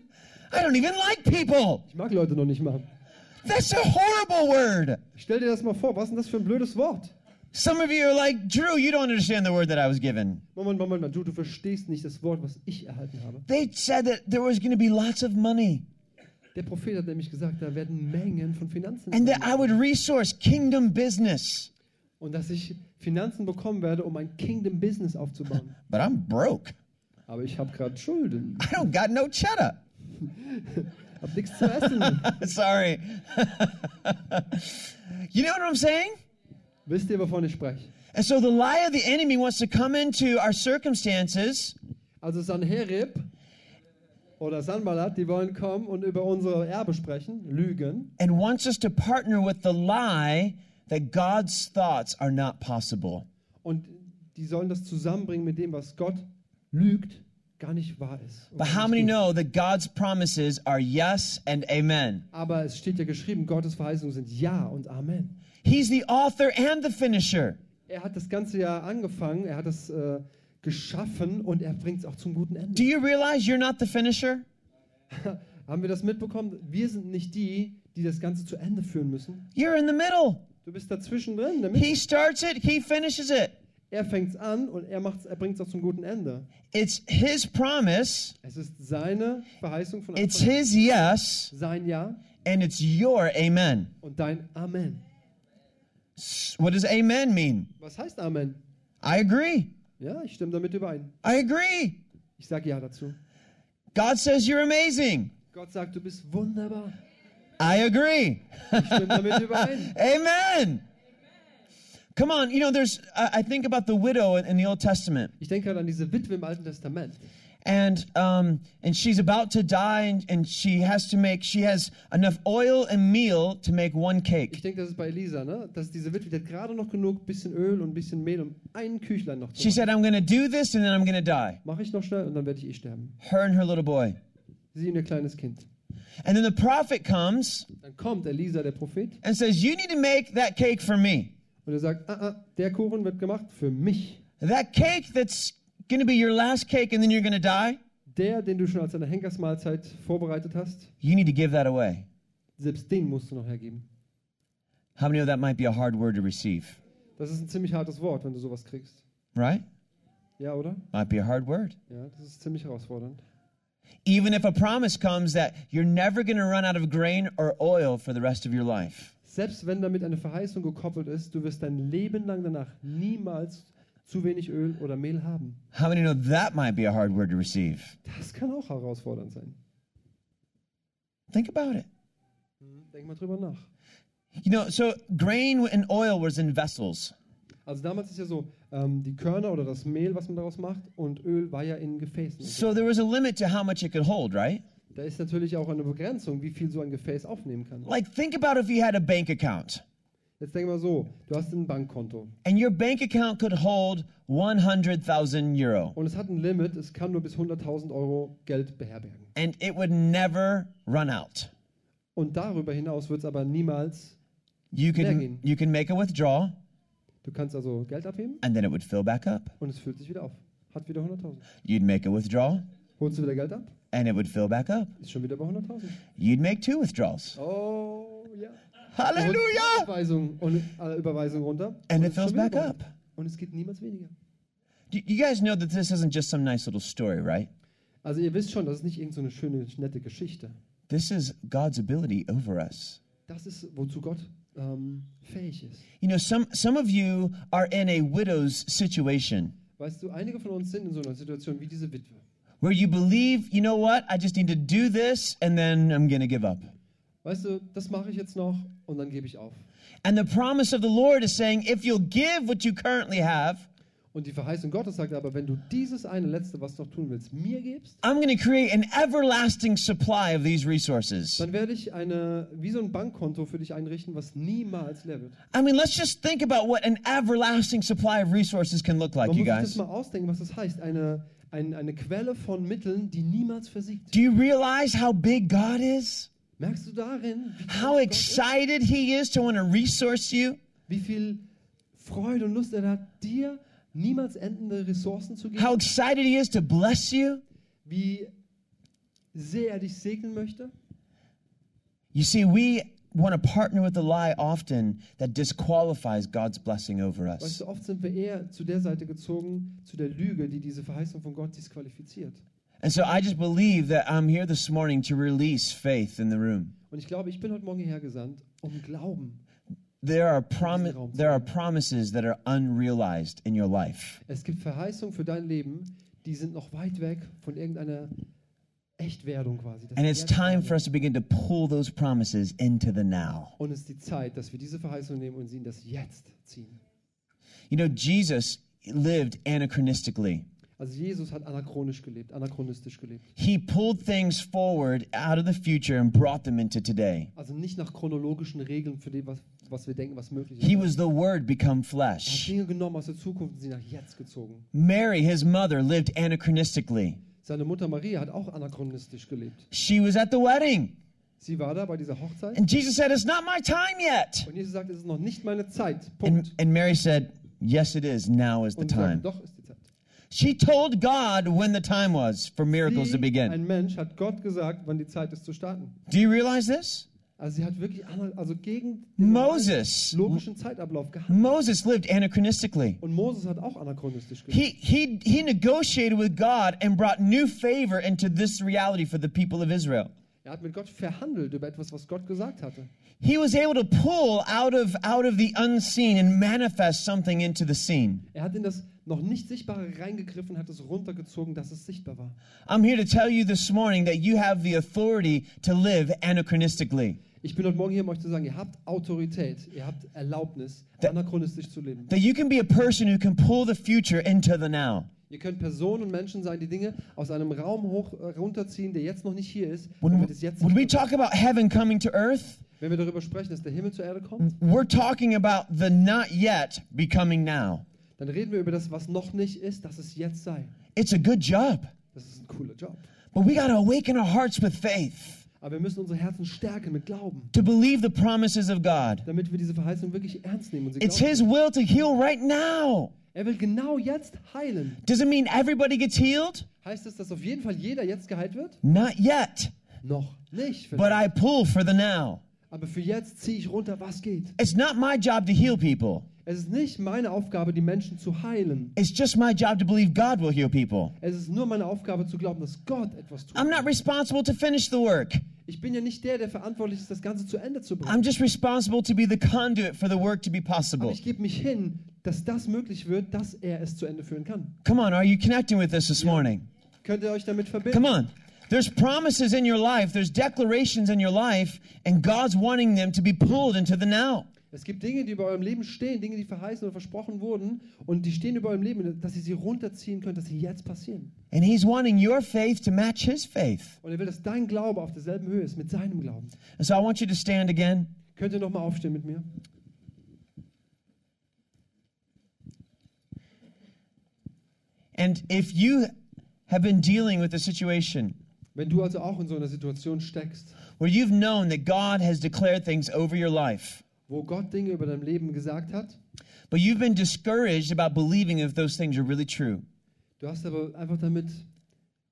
Speaker 2: I don't even like people.
Speaker 1: Ich mag Leute noch nicht mal.
Speaker 2: That's a horrible word.
Speaker 1: Stell dir das mal vor, was ist denn das für ein blödes Wort?
Speaker 2: Some of you are like, Drew, you don't understand the word that I was given.
Speaker 1: Moment, Moment, Moment, du, du verstehst nicht das Wort, was ich erhalten habe.
Speaker 2: They said that there was going to be lots of money
Speaker 1: Der Prophet hat nämlich gesagt, da werden Mengen von Finanzen
Speaker 2: and that
Speaker 1: sein.
Speaker 2: I would resource kingdom business.
Speaker 1: und dass ich Finanzen bekommen werde, um ein Kingdom Business aufzubauen.
Speaker 2: But I'm broke.
Speaker 1: Aber ich habe gerade Schulden,
Speaker 2: I don't got no cheddar.
Speaker 1: habe nichts zu essen.
Speaker 2: Sorry. you know what I'm saying?
Speaker 1: Wisst ihr, wovon ich spreche?
Speaker 2: And so the lie of the enemy wants to come into our circumstances
Speaker 1: Also Sanherib oder Sanballat, die wollen kommen und über unsere Erbe sprechen, lügen
Speaker 2: and wants us to partner with the lie that God's thoughts are not possible.
Speaker 1: und die sollen das zusammenbringen mit dem, was Gott lügt, gar nicht wahr ist.
Speaker 2: But how many know that God's promises are yes and amen?
Speaker 1: Aber es steht ja geschrieben, Gottes Verheißungen sind Ja und Amen.
Speaker 2: He's the author and the finisher.
Speaker 1: Er hat das ganze Jahr angefangen, er hat es äh, geschaffen und er bringt es auch zum guten
Speaker 2: Do
Speaker 1: Ende.
Speaker 2: you realize you're not the finisher?
Speaker 1: Haben wir das mitbekommen? Wir sind nicht die, die das Ganze zu Ende führen müssen.
Speaker 2: You're in the middle.
Speaker 1: Du bist dazwischen drin. in der Mitte.
Speaker 2: He starts it, he finishes it.
Speaker 1: Er fängt es an und er, macht's- er bringt es auch zum guten Ende.
Speaker 2: It's his promise,
Speaker 1: Es ist seine Verheißung von
Speaker 2: it's
Speaker 1: Anfang an.
Speaker 2: his yes,
Speaker 1: Sein Ja
Speaker 2: and it's your amen.
Speaker 1: und dein Amen.
Speaker 2: S- What does amen mean?
Speaker 1: Was heißt Amen?
Speaker 2: I agree.
Speaker 1: Ja, ich stimme damit überein.
Speaker 2: I agree.
Speaker 1: Ich sage Ja dazu.
Speaker 2: God says you're amazing.
Speaker 1: Gott sagt, du bist wunderbar.
Speaker 2: I agree.
Speaker 1: Ich stimme damit überein.
Speaker 2: Amen. Come on, you know, there's, I I think about the widow in in the Old Testament,
Speaker 1: Ich denke gerade an diese Witwe im Alten Testament.
Speaker 2: and um, and she's about to die, and, and she has to make, she has enough oil and meal to make one
Speaker 1: Ich
Speaker 2: cake.
Speaker 1: denke, das ist bei Elisa, ne? Dass diese Witwe, die hat gerade noch genug, bisschen Öl und ein bisschen Mehl, um einen Küchlein noch zu
Speaker 2: She
Speaker 1: machen.
Speaker 2: said, "I'm going to do this, and then I'm going to die."
Speaker 1: Mache ich noch schnell und dann werde ich eh sterben.
Speaker 2: Her and her little boy,
Speaker 1: Sie und ihr kleines Kind.
Speaker 2: and then the prophet comes
Speaker 1: Dann kommt Elisa, der Prophet,
Speaker 2: and says, "You need to make that cake for me.
Speaker 1: und er sagt, ah, ah, der Kuchen wird gemacht für mich.
Speaker 2: That cake that's going to be your last cake, and then you're going to die.
Speaker 1: Der, den du schon als eine Henkersmahlzeit vorbereitet hast,
Speaker 2: You need to give that away."
Speaker 1: selbst den musst du noch hergeben.
Speaker 2: How many know that might be a hard word to receive?
Speaker 1: Das ist ein ziemlich hartes Wort, wenn du sowas kriegst.
Speaker 2: Right?
Speaker 1: Ja, oder?
Speaker 2: Might be a hard word.
Speaker 1: Ja, das ist ziemlich herausfordernd.
Speaker 2: Even if a promise comes that you're never going to run out of grain or oil for the rest of your life.
Speaker 1: Selbst wenn damit eine Verheißung gekoppelt ist, du wirst dein Leben lang danach niemals zu wenig Öl oder Mehl haben.
Speaker 2: How many know that might be a hard word to receive?
Speaker 1: Das kann auch herausfordernd sein.
Speaker 2: Think about it.
Speaker 1: Denk mal drüber nach.
Speaker 2: You know, so grain and oil was in vessels.
Speaker 1: Also damals ist ja so, ähm, die Körner oder das Mehl, was man daraus macht, und Öl war ja in Gefäßen.
Speaker 2: So there was a limit to how much it could hold, right?
Speaker 1: Da ist natürlich auch eine Begrenzung, wie viel so ein Gefäß aufnehmen kann.
Speaker 2: Like, think about if you had a bank account
Speaker 1: Jetzt denk mal so, du hast ein Bankkonto
Speaker 2: and your bank account could hold 100,000 euro,
Speaker 1: und es hat ein Limit, es kann nur bis 100.000 Euro Geld beherbergen.
Speaker 2: and it would never run out.
Speaker 1: Und darüber hinaus wird es aber niemals,
Speaker 2: You
Speaker 1: Megan.
Speaker 2: can you can make a withdrawal,
Speaker 1: du kannst also Geld abheben
Speaker 2: and then it would fill back up.
Speaker 1: und es füllt sich wieder auf. Hat wieder 100.000.
Speaker 2: You'd make a withdrawal,
Speaker 1: Holst du wieder Geld ab,
Speaker 2: and it would fill back up.
Speaker 1: ist schon wieder bei 100.000.
Speaker 2: You'd make two withdrawals.
Speaker 1: Oh, ja.
Speaker 2: Hallelujah!
Speaker 1: Überweisung, und, äh, Überweisung runter.
Speaker 2: And
Speaker 1: und
Speaker 2: it
Speaker 1: es ist
Speaker 2: fills
Speaker 1: schon wieder
Speaker 2: back
Speaker 1: bei-
Speaker 2: up.
Speaker 1: Und es geht niemals weniger.
Speaker 2: You you guys know that this isn't just some nice little story, right?
Speaker 1: Also ihr wisst schon, das ist nicht irgendeine so eine schöne, nette Geschichte.
Speaker 2: This is God's ability over us.
Speaker 1: Das ist, wozu Gott ähm, fähig ist.
Speaker 2: You know, some some of you are in a widow's situation
Speaker 1: Weißt du, einige von uns sind in so einer Situation wie diese Witwe,
Speaker 2: where you believe, you know what, I just need to do this, and then I'm gonna give up.
Speaker 1: Weißt du, das mache ich jetzt noch und dann gebe ich auf.
Speaker 2: And the promise of the Lord is saying, if you'll give what you currently have,
Speaker 1: Und die Verheißung Gottes sagt aber, wenn du dieses eine letzte, was du noch tun willst, mir gibst,
Speaker 2: I'm going to create an everlasting supply of these resources.
Speaker 1: dann werde ich eine, wie so ein Bankkonto für dich einrichten, was niemals leer wird.
Speaker 2: I mean, let's just think about what an everlasting supply of resources can look like,
Speaker 1: Man
Speaker 2: you
Speaker 1: muss sich das
Speaker 2: guys.
Speaker 1: mal ausdenken, was das heißt. Eine, ein, eine Quelle von Mitteln, die niemals versiegt.
Speaker 2: Do you realize how big God is?
Speaker 1: Merkst du darin, wie, groß
Speaker 2: How
Speaker 1: Gott ist?
Speaker 2: excited He is to want to resource you?
Speaker 1: wie viel Freude und Lust er hat, dir niemals endende Ressourcen zu
Speaker 2: How
Speaker 1: geben?
Speaker 2: excited He is to bless you?
Speaker 1: Wie sehr er dich segnen möchte?
Speaker 2: You see, we want to partner with the lie often that disqualifies God's blessing over
Speaker 1: Weißt
Speaker 2: us.
Speaker 1: du, oft sind wir eher zu der Seite gezogen, zu der Lüge, die diese Verheißung von Gott disqualifiziert.
Speaker 2: And so I just believe that I'm here this morning to release faith in the room.
Speaker 1: Und ich glaube, ich bin heute Morgen hierher gesandt, um Glauben.
Speaker 2: There are, promi- there are promises that are unrealized in your life.
Speaker 1: Es gibt Verheißungen für dein Leben, die sind noch weit weg von irgendeiner Echtwerdung quasi. Das
Speaker 2: And
Speaker 1: ist
Speaker 2: it's time
Speaker 1: Echtwerdung.
Speaker 2: for us to begin to pull those promises into the now.
Speaker 1: Und es ist die Zeit, dass wir diese Verheißung nehmen und sie in das Jetzt ziehen.
Speaker 2: You know, Jesus lived anachronistically.
Speaker 1: Also Jesus hat anachronisch gelebt, anachronistisch gelebt.
Speaker 2: He pulled things forward out of the future and brought them into today.
Speaker 1: Also nicht nach chronologischen Regeln für dem, was, was wir denken, was möglich ist.
Speaker 2: He was the Word become
Speaker 1: Er hat
Speaker 2: flesh.
Speaker 1: Dinge genommen aus der Zukunft und sie nach jetzt gezogen.
Speaker 2: Mary, his mother, lived anachronistically.
Speaker 1: Seine Mutter Maria hat auch anachronistisch gelebt.
Speaker 2: She was at the wedding.
Speaker 1: Sie war da bei dieser Hochzeit
Speaker 2: And Jesus said, It's not my time yet.
Speaker 1: und Jesus sagt, es ist noch nicht meine Zeit.
Speaker 2: And,
Speaker 1: Punkt.
Speaker 2: and Mary said, Yes, it is. Now is the
Speaker 1: Und sie sagt,
Speaker 2: time.
Speaker 1: doch ist die Zeit.
Speaker 2: She told God when the time was for miracles to
Speaker 1: Wie
Speaker 2: begin.
Speaker 1: ein Mensch hat Gott gesagt, wann die Zeit ist zu starten.
Speaker 2: Do you realize this?
Speaker 1: Also sie hat wirklich ana- also gegen den
Speaker 2: Moses
Speaker 1: logischen Zeitablauf gehandelt.
Speaker 2: Moses lived anachronistically.
Speaker 1: Und Moses hat auch anachronistisch gelebt.
Speaker 2: He, he, he negotiated with God and brought new favor into this reality for the people of Israel.
Speaker 1: Er hat mit Gott verhandelt über etwas, was Gott gesagt hatte.
Speaker 2: He was able to pull out of, out of the unseen and manifest something into the scene.
Speaker 1: Er hat in das noch nicht Sichtbare reingegriffen, hat es runtergezogen, dass es sichtbar war.
Speaker 2: I'm here to tell you this morning that you have the authority to live anachronistically,
Speaker 1: Ich bin heute Morgen hier, um euch zu sagen, ihr habt Autorität, ihr habt Erlaubnis,
Speaker 2: Da-
Speaker 1: anachronistisch zu leben.
Speaker 2: that you can be a person who can pull the future into the now.
Speaker 1: Ihr könnt Personen und Menschen sein, die Dinge aus einem Raum hoch äh, runterziehen, der jetzt noch nicht hier ist,
Speaker 2: When,
Speaker 1: damit es jetzt
Speaker 2: when we
Speaker 1: sichtbar
Speaker 2: talk about heaven coming to earth,
Speaker 1: wird. Wenn wir darüber sprechen, dass der Himmel zur Erde kommt,
Speaker 2: we're talking about the not yet becoming now.
Speaker 1: dann reden wir über das, was noch nicht ist, dass es jetzt sei.
Speaker 2: It's a good job.
Speaker 1: Das ist ein cooler Job.
Speaker 2: But we got to awaken our hearts with faith
Speaker 1: Aber wir müssen unsere Herzen stärken mit Glauben,
Speaker 2: to believe the promises of God.
Speaker 1: damit wir diese Verheißung wirklich ernst nehmen und sie
Speaker 2: It's
Speaker 1: glauben.
Speaker 2: His will to heal right now.
Speaker 1: Er will genau jetzt heilen.
Speaker 2: Does it mean everybody gets healed?
Speaker 1: Heißt es, dass auf jeden Fall jeder jetzt geheilt wird?
Speaker 2: Not yet,
Speaker 1: Noch nicht.
Speaker 2: but
Speaker 1: vielleicht.
Speaker 2: I pull for the now.
Speaker 1: Aber für jetzt ziehe ich runter, was geht.
Speaker 2: It's not my job to heal people,
Speaker 1: Es ist nicht meine Aufgabe, die Menschen zu heilen.
Speaker 2: it's just my job to believe God will heal people.
Speaker 1: Es ist nur meine Aufgabe zu glauben, dass Gott etwas tut.
Speaker 2: I'm not responsible to finish the work.
Speaker 1: Ich bin ja nicht der, der verantwortlich ist, das Ganze zu Ende zu bringen.
Speaker 2: I'm just responsible to be the conduit for the work to be
Speaker 1: Aber
Speaker 2: possible.
Speaker 1: ich gebe mich hin, dass das möglich wird, dass er es zu Ende führen kann.
Speaker 2: Come on, are you connecting with this this morning?
Speaker 1: Könnt ihr euch damit verbinden?
Speaker 2: Come on. There's promises in your life, there's declarations in your life, and God's wanting them to be pulled into the now.
Speaker 1: Es gibt Dinge, die über eurem Leben stehen, Dinge, die verheißen oder versprochen wurden und die stehen über eurem Leben, dass ihr sie runterziehen könnt, dass sie jetzt passieren.
Speaker 2: And He's wanting your faith to match His faith.
Speaker 1: Und er will, dass dein Glaube auf derselben Höhe ist mit seinem Glauben.
Speaker 2: And so I want you to stand again.
Speaker 1: Könnt ihr nochmal aufstehen mit mir?
Speaker 2: And if you have been dealing with a situation
Speaker 1: Wenn du also auch in so einer Situation steckst,
Speaker 2: where you've known that God has declared things over your life,
Speaker 1: wo Gott Dinge über dein Leben gesagt hat,
Speaker 2: but you've been discouraged about believing if those things are really true,
Speaker 1: du hast aber einfach damit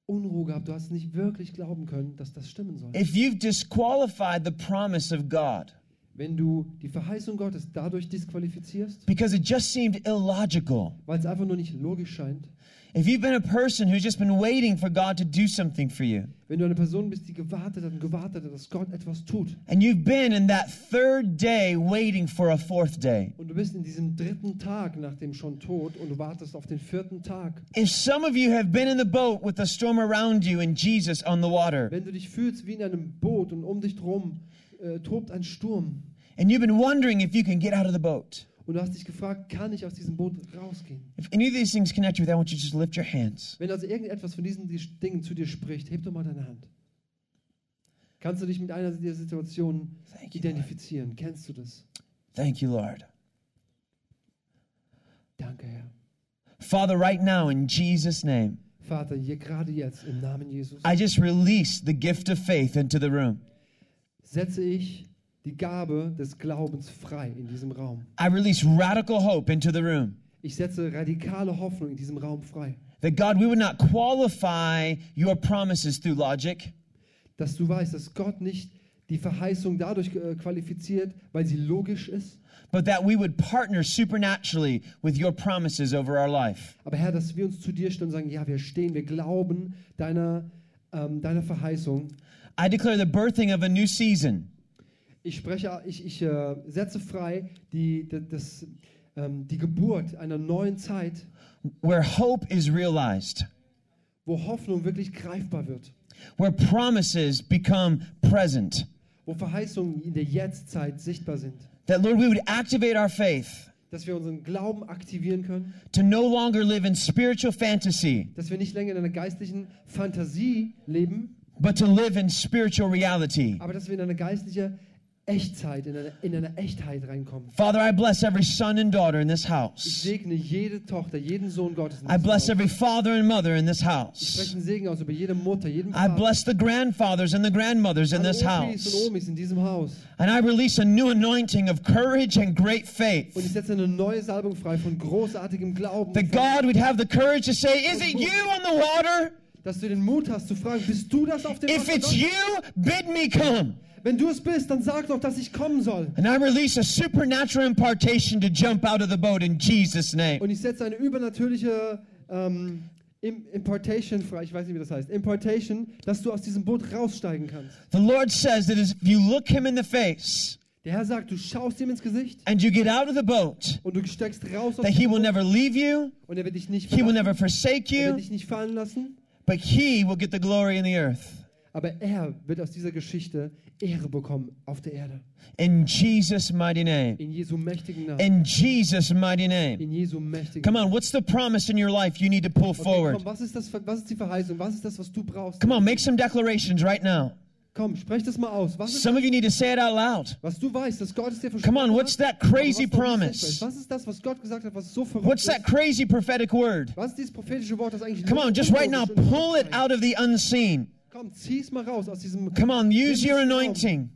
Speaker 1: Unruhe gehabt, du hast nicht wirklich glauben können, dass das stimmen soll.
Speaker 2: if you've disqualified the promise of God
Speaker 1: Wenn du die Verheißung Gottes dadurch disqualifizierst,
Speaker 2: because it just seemed illogical,
Speaker 1: weil es einfach nur nicht logisch scheint,
Speaker 2: if you've been a person who's just been waiting for God to do something for you,
Speaker 1: wenn du eine Person bist, die gewartet hat und gewartet hat, dass Gott etwas tut,
Speaker 2: and you've been in that third day waiting for a fourth day,
Speaker 1: und du bist in diesem dritten Tag nach dem schon Tod und du wartest auf den vierten Tag,
Speaker 2: if some of you have been in the boat with the storm around you and Jesus on the water,
Speaker 1: wenn du dich fühlst wie in einem Boot und um dich drum äh, tobt ein Sturm
Speaker 2: and you've been wondering if you can get out of the boat,
Speaker 1: und du hast dich gefragt, kann ich aus diesem Boot rausgehen?
Speaker 2: If any of these things connect you with that, I want you to just lift your hands.
Speaker 1: Wenn also irgendetwas von diesen Dingen zu dir spricht, heb doch mal deine Hand. Kannst du dich mit einer dieser Situationen
Speaker 2: Thank you, Lord.
Speaker 1: identifizieren? Kennst du das?
Speaker 2: Thank you, Lord.
Speaker 1: Danke, Herr.
Speaker 2: Father, right now, in Jesus' name,
Speaker 1: Vater, hier gerade jetzt im Namen Jesus
Speaker 2: I just release the gift of faith into the room.
Speaker 1: setze ich die Gabe des Glaubens frei in diesem Raum.
Speaker 2: I release radical hope into the room
Speaker 1: Ich setze radikale Hoffnung in diesem Raum frei,
Speaker 2: that God, we would not qualify your promises through logic,
Speaker 1: dass du weißt, dass Gott nicht die Verheißung dadurch äh, qualifiziert, weil sie logisch ist,
Speaker 2: but that we would partner supernaturally with your promises over our life.
Speaker 1: aber Herr, dass wir uns zu dir stellen und sagen, ja, wir stehen, wir glauben deiner, ähm, deiner Verheißung.
Speaker 2: I declare the birthing of a new season,
Speaker 1: Ich spreche, ich, ich äh, setze frei die, d- das, ähm, die Geburt einer neuen Zeit,
Speaker 2: where hope is realized,
Speaker 1: wo Hoffnung wirklich greifbar wird,
Speaker 2: where promises become present.
Speaker 1: wo Verheißungen in der Jetztzeit sichtbar sind.
Speaker 2: That, Lord, we would activate our faith
Speaker 1: dass wir unseren Glauben aktivieren können,
Speaker 2: to no longer live in spiritual fantasy,
Speaker 1: dass wir nicht länger in einer geistlichen Fantasie leben,
Speaker 2: but to live in spiritual reality.
Speaker 1: aber dass wir in eine geistliche Echtzeit, in eine, in eine Echtheit reinkommen.
Speaker 2: Father, I bless every son and daughter in this
Speaker 1: Ich
Speaker 2: house.
Speaker 1: segne jede Tochter, jeden Sohn Gottes. in
Speaker 2: I
Speaker 1: diesem
Speaker 2: bless
Speaker 1: Haus.
Speaker 2: every father and mother in this
Speaker 1: ich spreche
Speaker 2: house.
Speaker 1: einen Segen aus über jede Mutter, jeden
Speaker 2: I
Speaker 1: Vater,
Speaker 2: bless the grandfathers and the grandmothers in
Speaker 1: alle
Speaker 2: this
Speaker 1: Opis und
Speaker 2: house.
Speaker 1: Omis in diesem Haus.
Speaker 2: And I release a new anointing of courage and great
Speaker 1: Und ich
Speaker 2: faith.
Speaker 1: setze eine neue Salbung frei von großartigem Glauben,
Speaker 2: That God would have the courage to say, Is it you on the water?
Speaker 1: dass du den Mut hast zu fragen, bist du das auf dem
Speaker 2: If
Speaker 1: Wasser,
Speaker 2: it's
Speaker 1: Gott?
Speaker 2: you, bid me come.
Speaker 1: Wenn du es bist, dann sag doch, dass ich kommen soll.
Speaker 2: And I release a supernatural impartation to jump out of the boat in Jesus' name.
Speaker 1: Und ich setze eine übernatürliche ähm, Im Importation frei, ich weiß nicht, wie das heißt. Importation, dass du aus diesem Boot raussteigen kannst.
Speaker 2: The Lord says that if you look him in the face
Speaker 1: Der Herr sagt, du schaust ihm ins Gesicht
Speaker 2: and you get out of the boat,
Speaker 1: und du steigst raus aus
Speaker 2: that he will never leave you,
Speaker 1: und er wird dich nicht
Speaker 2: he will
Speaker 1: verlassen,
Speaker 2: never forsake
Speaker 1: er wird
Speaker 2: you,
Speaker 1: dich nicht fallen lassen,
Speaker 2: but he will get the glory in the earth.
Speaker 1: aber er wird aus dieser Geschichte Ehre bekommen auf der Erde.
Speaker 2: In Jesus' mighty name.
Speaker 1: In Jesu mächtigen Namen.
Speaker 2: In Jesus' mighty name.
Speaker 1: In Jesu mächtigen
Speaker 2: Come on, what's the promise in your life you need to pull
Speaker 1: Okay, komm,
Speaker 2: forward?
Speaker 1: was ist, das, was ist die Verheißung? Was ist das, was du brauchst?
Speaker 2: Come on, make some declarations right now.
Speaker 1: Komm, sprech das mal aus. Was, ist,
Speaker 2: Some of you need to say it out loud.
Speaker 1: was du weißt, dass Gott es dir versprochen
Speaker 2: Come on, what's
Speaker 1: hat?
Speaker 2: that crazy
Speaker 1: aber was noch nicht sichtbar ist.
Speaker 2: promise?
Speaker 1: Was ist das, was Gott gesagt hat, was so verrückt
Speaker 2: What's
Speaker 1: ist?
Speaker 2: that crazy prophetic word?
Speaker 1: Was ist dieses prophetische Wort, das eigentlich...
Speaker 2: Come
Speaker 1: nur
Speaker 2: on, just right now,
Speaker 1: unlogisch und
Speaker 2: pull it
Speaker 1: verrückt
Speaker 2: out of the unseen.
Speaker 1: scheint? Komm, zieh's mal raus aus diesem...
Speaker 2: Come on, use your
Speaker 1: Raum.
Speaker 2: anointing.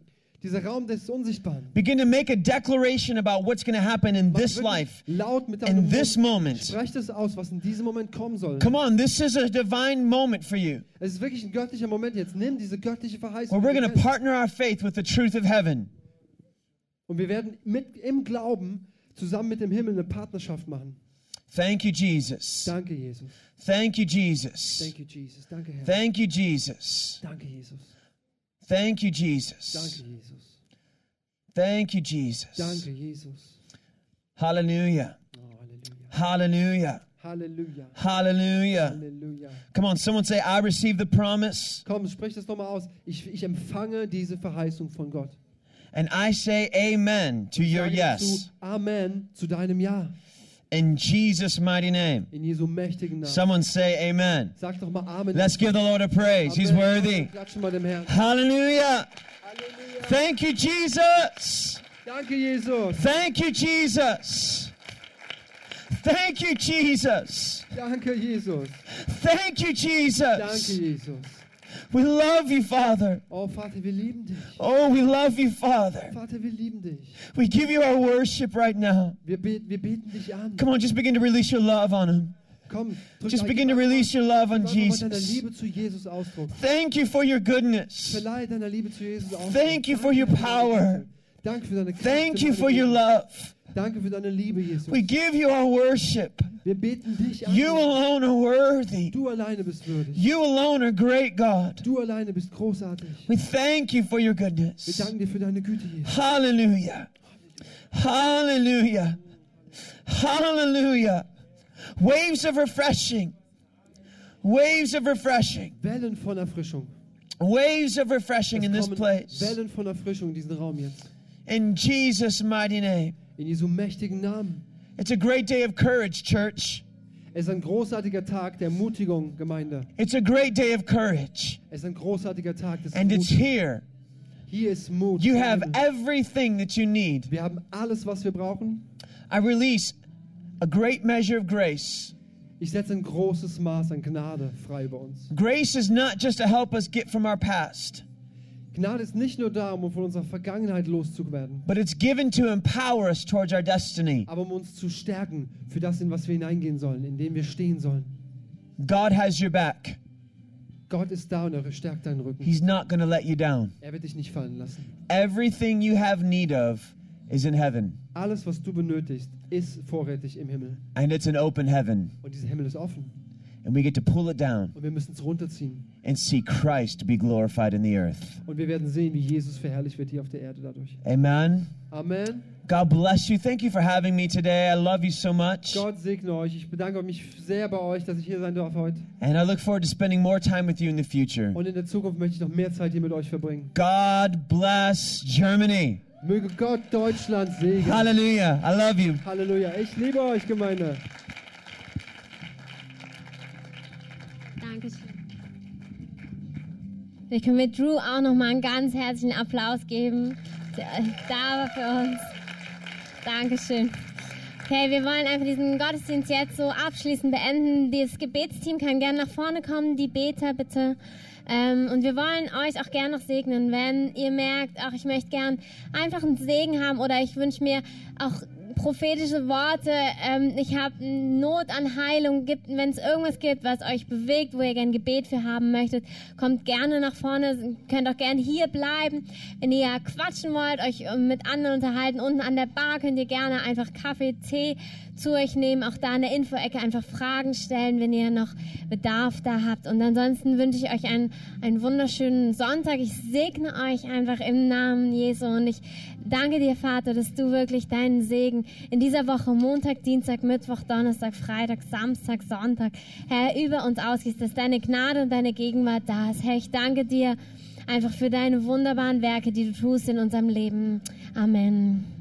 Speaker 1: Dieser Raum des Unsichtbaren.
Speaker 2: Begin to make a declaration about what's going to happen in
Speaker 1: Mach
Speaker 2: this
Speaker 1: wirklich
Speaker 2: life,
Speaker 1: Laut mit deinem
Speaker 2: in this
Speaker 1: Mund.
Speaker 2: moment.
Speaker 1: Sprech das aus, was in diesem Moment kommen soll.
Speaker 2: Come on, this is a divine moment for you
Speaker 1: Es ist wirklich ein göttlicher Moment jetzt. Nimm diese göttliche
Speaker 2: where
Speaker 1: Verheißung.
Speaker 2: we're
Speaker 1: die
Speaker 2: going
Speaker 1: du
Speaker 2: to
Speaker 1: kennst.
Speaker 2: partner our faith with the truth of heaven.
Speaker 1: Und wir werden mit im Glauben zusammen mit dem Himmel eine Partnerschaft machen.
Speaker 2: Thank you, Jesus.
Speaker 1: Danke, Jesus.
Speaker 2: Thank you, Jesus.
Speaker 1: Thank you, Jesus. Danke, Herr.
Speaker 2: Thank you, Jesus.
Speaker 1: Danke, Jesus.
Speaker 2: Thank you,
Speaker 1: Danke,
Speaker 2: Jesus.
Speaker 1: Jesus.
Speaker 2: Thank you, Jesus.
Speaker 1: Danke, Jesus.
Speaker 2: Hallelujah.
Speaker 1: Oh, Halleluja.
Speaker 2: Hallelujah.
Speaker 1: Halleluja.
Speaker 2: Hallelujah.
Speaker 1: Halleluja.
Speaker 2: Come on, someone say, I receive the promise
Speaker 1: Komm, sprich das nochmal aus. Ich, ich empfange diese Verheißung von Gott.
Speaker 2: and I say amen to your
Speaker 1: Sage
Speaker 2: yes
Speaker 1: dazu Amen zu deinem Ja.
Speaker 2: in Jesus' mighty name.
Speaker 1: In Jesu mächtigen Namen.
Speaker 2: Someone say amen.
Speaker 1: Sag doch mal Amen.
Speaker 2: Let's give the Lord a praise. He's
Speaker 1: Amen.
Speaker 2: worthy.
Speaker 1: Klatschen wir dem Herrn.
Speaker 2: Hallelujah.
Speaker 1: Halleluja.
Speaker 2: Thank you, Jesus.
Speaker 1: Danke, Jesus.
Speaker 2: Thank you, Jesus. Thank you, Jesus.
Speaker 1: Danke, Jesus.
Speaker 2: Thank you,
Speaker 1: Danke,
Speaker 2: Jesus.
Speaker 1: Jesus.
Speaker 2: We love you, Father.
Speaker 1: Oh, Vater, wir lieben dich.
Speaker 2: Oh, we love you, Father.
Speaker 1: Vater, wir lieben dich.
Speaker 2: We give you our worship right now.
Speaker 1: Wir, bet wir beten dich an.
Speaker 2: Come on, just begin to release your love on Him.
Speaker 1: Komm, drück
Speaker 2: Just
Speaker 1: mal-
Speaker 2: begin to release your love on
Speaker 1: Sag doch mal deiner
Speaker 2: Jesus.
Speaker 1: Liebe zu Jesus Ausdruck.
Speaker 2: Thank you for your goodness.
Speaker 1: Verleihe deiner Liebe zu Jesus Ausdruck.
Speaker 2: Thank you for your power.
Speaker 1: Danke für deine Kraft.
Speaker 2: Thank you
Speaker 1: deine
Speaker 2: for your
Speaker 1: Liebe.
Speaker 2: love.
Speaker 1: Danke für deine Liebe, Jesus.
Speaker 2: We give you our worship.
Speaker 1: Wir beten dich an.
Speaker 2: You alone are worthy.
Speaker 1: du alleine bist würdig.
Speaker 2: You alone are great, God.
Speaker 1: Du alleine bist großartig.
Speaker 2: We thank you for your
Speaker 1: Wir
Speaker 2: goodness.
Speaker 1: danken dir für deine Güte, Jesus.
Speaker 2: Hallelujah. Hallelujah. Hallelujah. Waves of refreshing. Waves of refreshing.
Speaker 1: Wellen von Erfrischung.
Speaker 2: Waves of refreshing in this
Speaker 1: Kommen
Speaker 2: place.
Speaker 1: Wellen von Erfrischung in diesen Raum jetzt.
Speaker 2: In Jesus' mighty name.
Speaker 1: In Jesu mächtigen Namen.
Speaker 2: It's a great day of courage, church.
Speaker 1: Es ist ein großartiger Tag der Ermutigung, Gemeinde.
Speaker 2: It's a great day of courage.
Speaker 1: Es ist ein großartiger Tag des
Speaker 2: And it's
Speaker 1: Mutes.
Speaker 2: here.
Speaker 1: Hier ist Mut.
Speaker 2: You have
Speaker 1: Himmel.
Speaker 2: everything that you need.
Speaker 1: Wir haben alles, was wir brauchen.
Speaker 2: I release a great measure of grace.
Speaker 1: Ich setze ein großes Maß an Gnade frei über uns.
Speaker 2: Grace is not just to help us get from our past,
Speaker 1: Gnade ist nicht nur da, um von unserer Vergangenheit loszuwerden,
Speaker 2: but it's given to empower us towards our destiny.
Speaker 1: aber um uns zu stärken für das, in was wir hineingehen sollen, in dem wir stehen sollen.
Speaker 2: God has your back.
Speaker 1: Gott ist da und er stärkt deinen Rücken.
Speaker 2: He's not going to let you down.
Speaker 1: Er wird dich nicht fallen lassen.
Speaker 2: Everything you have need of is in heaven,
Speaker 1: Alles, was du benötigst, ist vorrätig im Himmel.
Speaker 2: and it's an open heaven,
Speaker 1: Und dieser Himmel ist offen.
Speaker 2: and we get to pull it down
Speaker 1: Und wir müssen es runterziehen.
Speaker 2: and see Christ be glorified in the earth.
Speaker 1: Und wir werden sehen, wie Jesus verherrlicht wird hier auf der Erde dadurch.
Speaker 2: Amen.
Speaker 1: Amen.
Speaker 2: God bless you. Thank you for having me today. I love you so much.
Speaker 1: Gott segne euch. Ich bedanke mich sehr bei euch, dass ich hier sein darf heute.
Speaker 2: And I look forward to spending more time with you in the future.
Speaker 1: Und in der Zukunft möchte ich noch mehr Zeit hier mit euch verbringen.
Speaker 2: God bless Germany.
Speaker 1: Möge Gott Deutschland segnen.
Speaker 2: Hallelujah. I love you.
Speaker 1: Halleluja. Ich liebe euch, Gemeinde.
Speaker 3: Dankeschön. Wir können mit Drew auch nochmal einen ganz herzlichen Applaus geben. Da war für uns. Dankeschön. Okay, wir wollen einfach diesen Gottesdienst jetzt so abschließend beenden. Das Gebetsteam kann gerne nach vorne kommen, die Beter bitte. Ähm, und wir wollen euch auch gerne noch segnen, wenn ihr merkt, auch ich möchte gern einfach einen Segen haben oder ich wünsche mir auch prophetische Worte. Ähm, ich habe Not an Heilung. Gibt, wenn es irgendwas gibt, was euch bewegt, wo ihr gern Gebet für haben möchtet, kommt gerne nach vorne. Könnt auch gerne hier bleiben. Wenn ihr quatschen wollt, euch ähm, mit anderen unterhalten, unten an der Bar könnt ihr gerne einfach Kaffee, Tee zu euch nehmen. Auch da in der Infoecke einfach Fragen stellen, wenn ihr noch Bedarf da habt. Und ansonsten wünsche ich euch einen, einen wunderschönen Sonntag. Ich segne euch einfach im Namen Jesu und ich danke dir, Vater, dass du wirklich deinen Segen in dieser Woche Montag, Dienstag, Mittwoch, Donnerstag, Freitag, Samstag, Sonntag, Herr, über uns ausgießt, dass deine Gnade und deine Gegenwart da ist. Herr, ich danke dir einfach für deine wunderbaren Werke, die du tust in unserem Leben. Amen.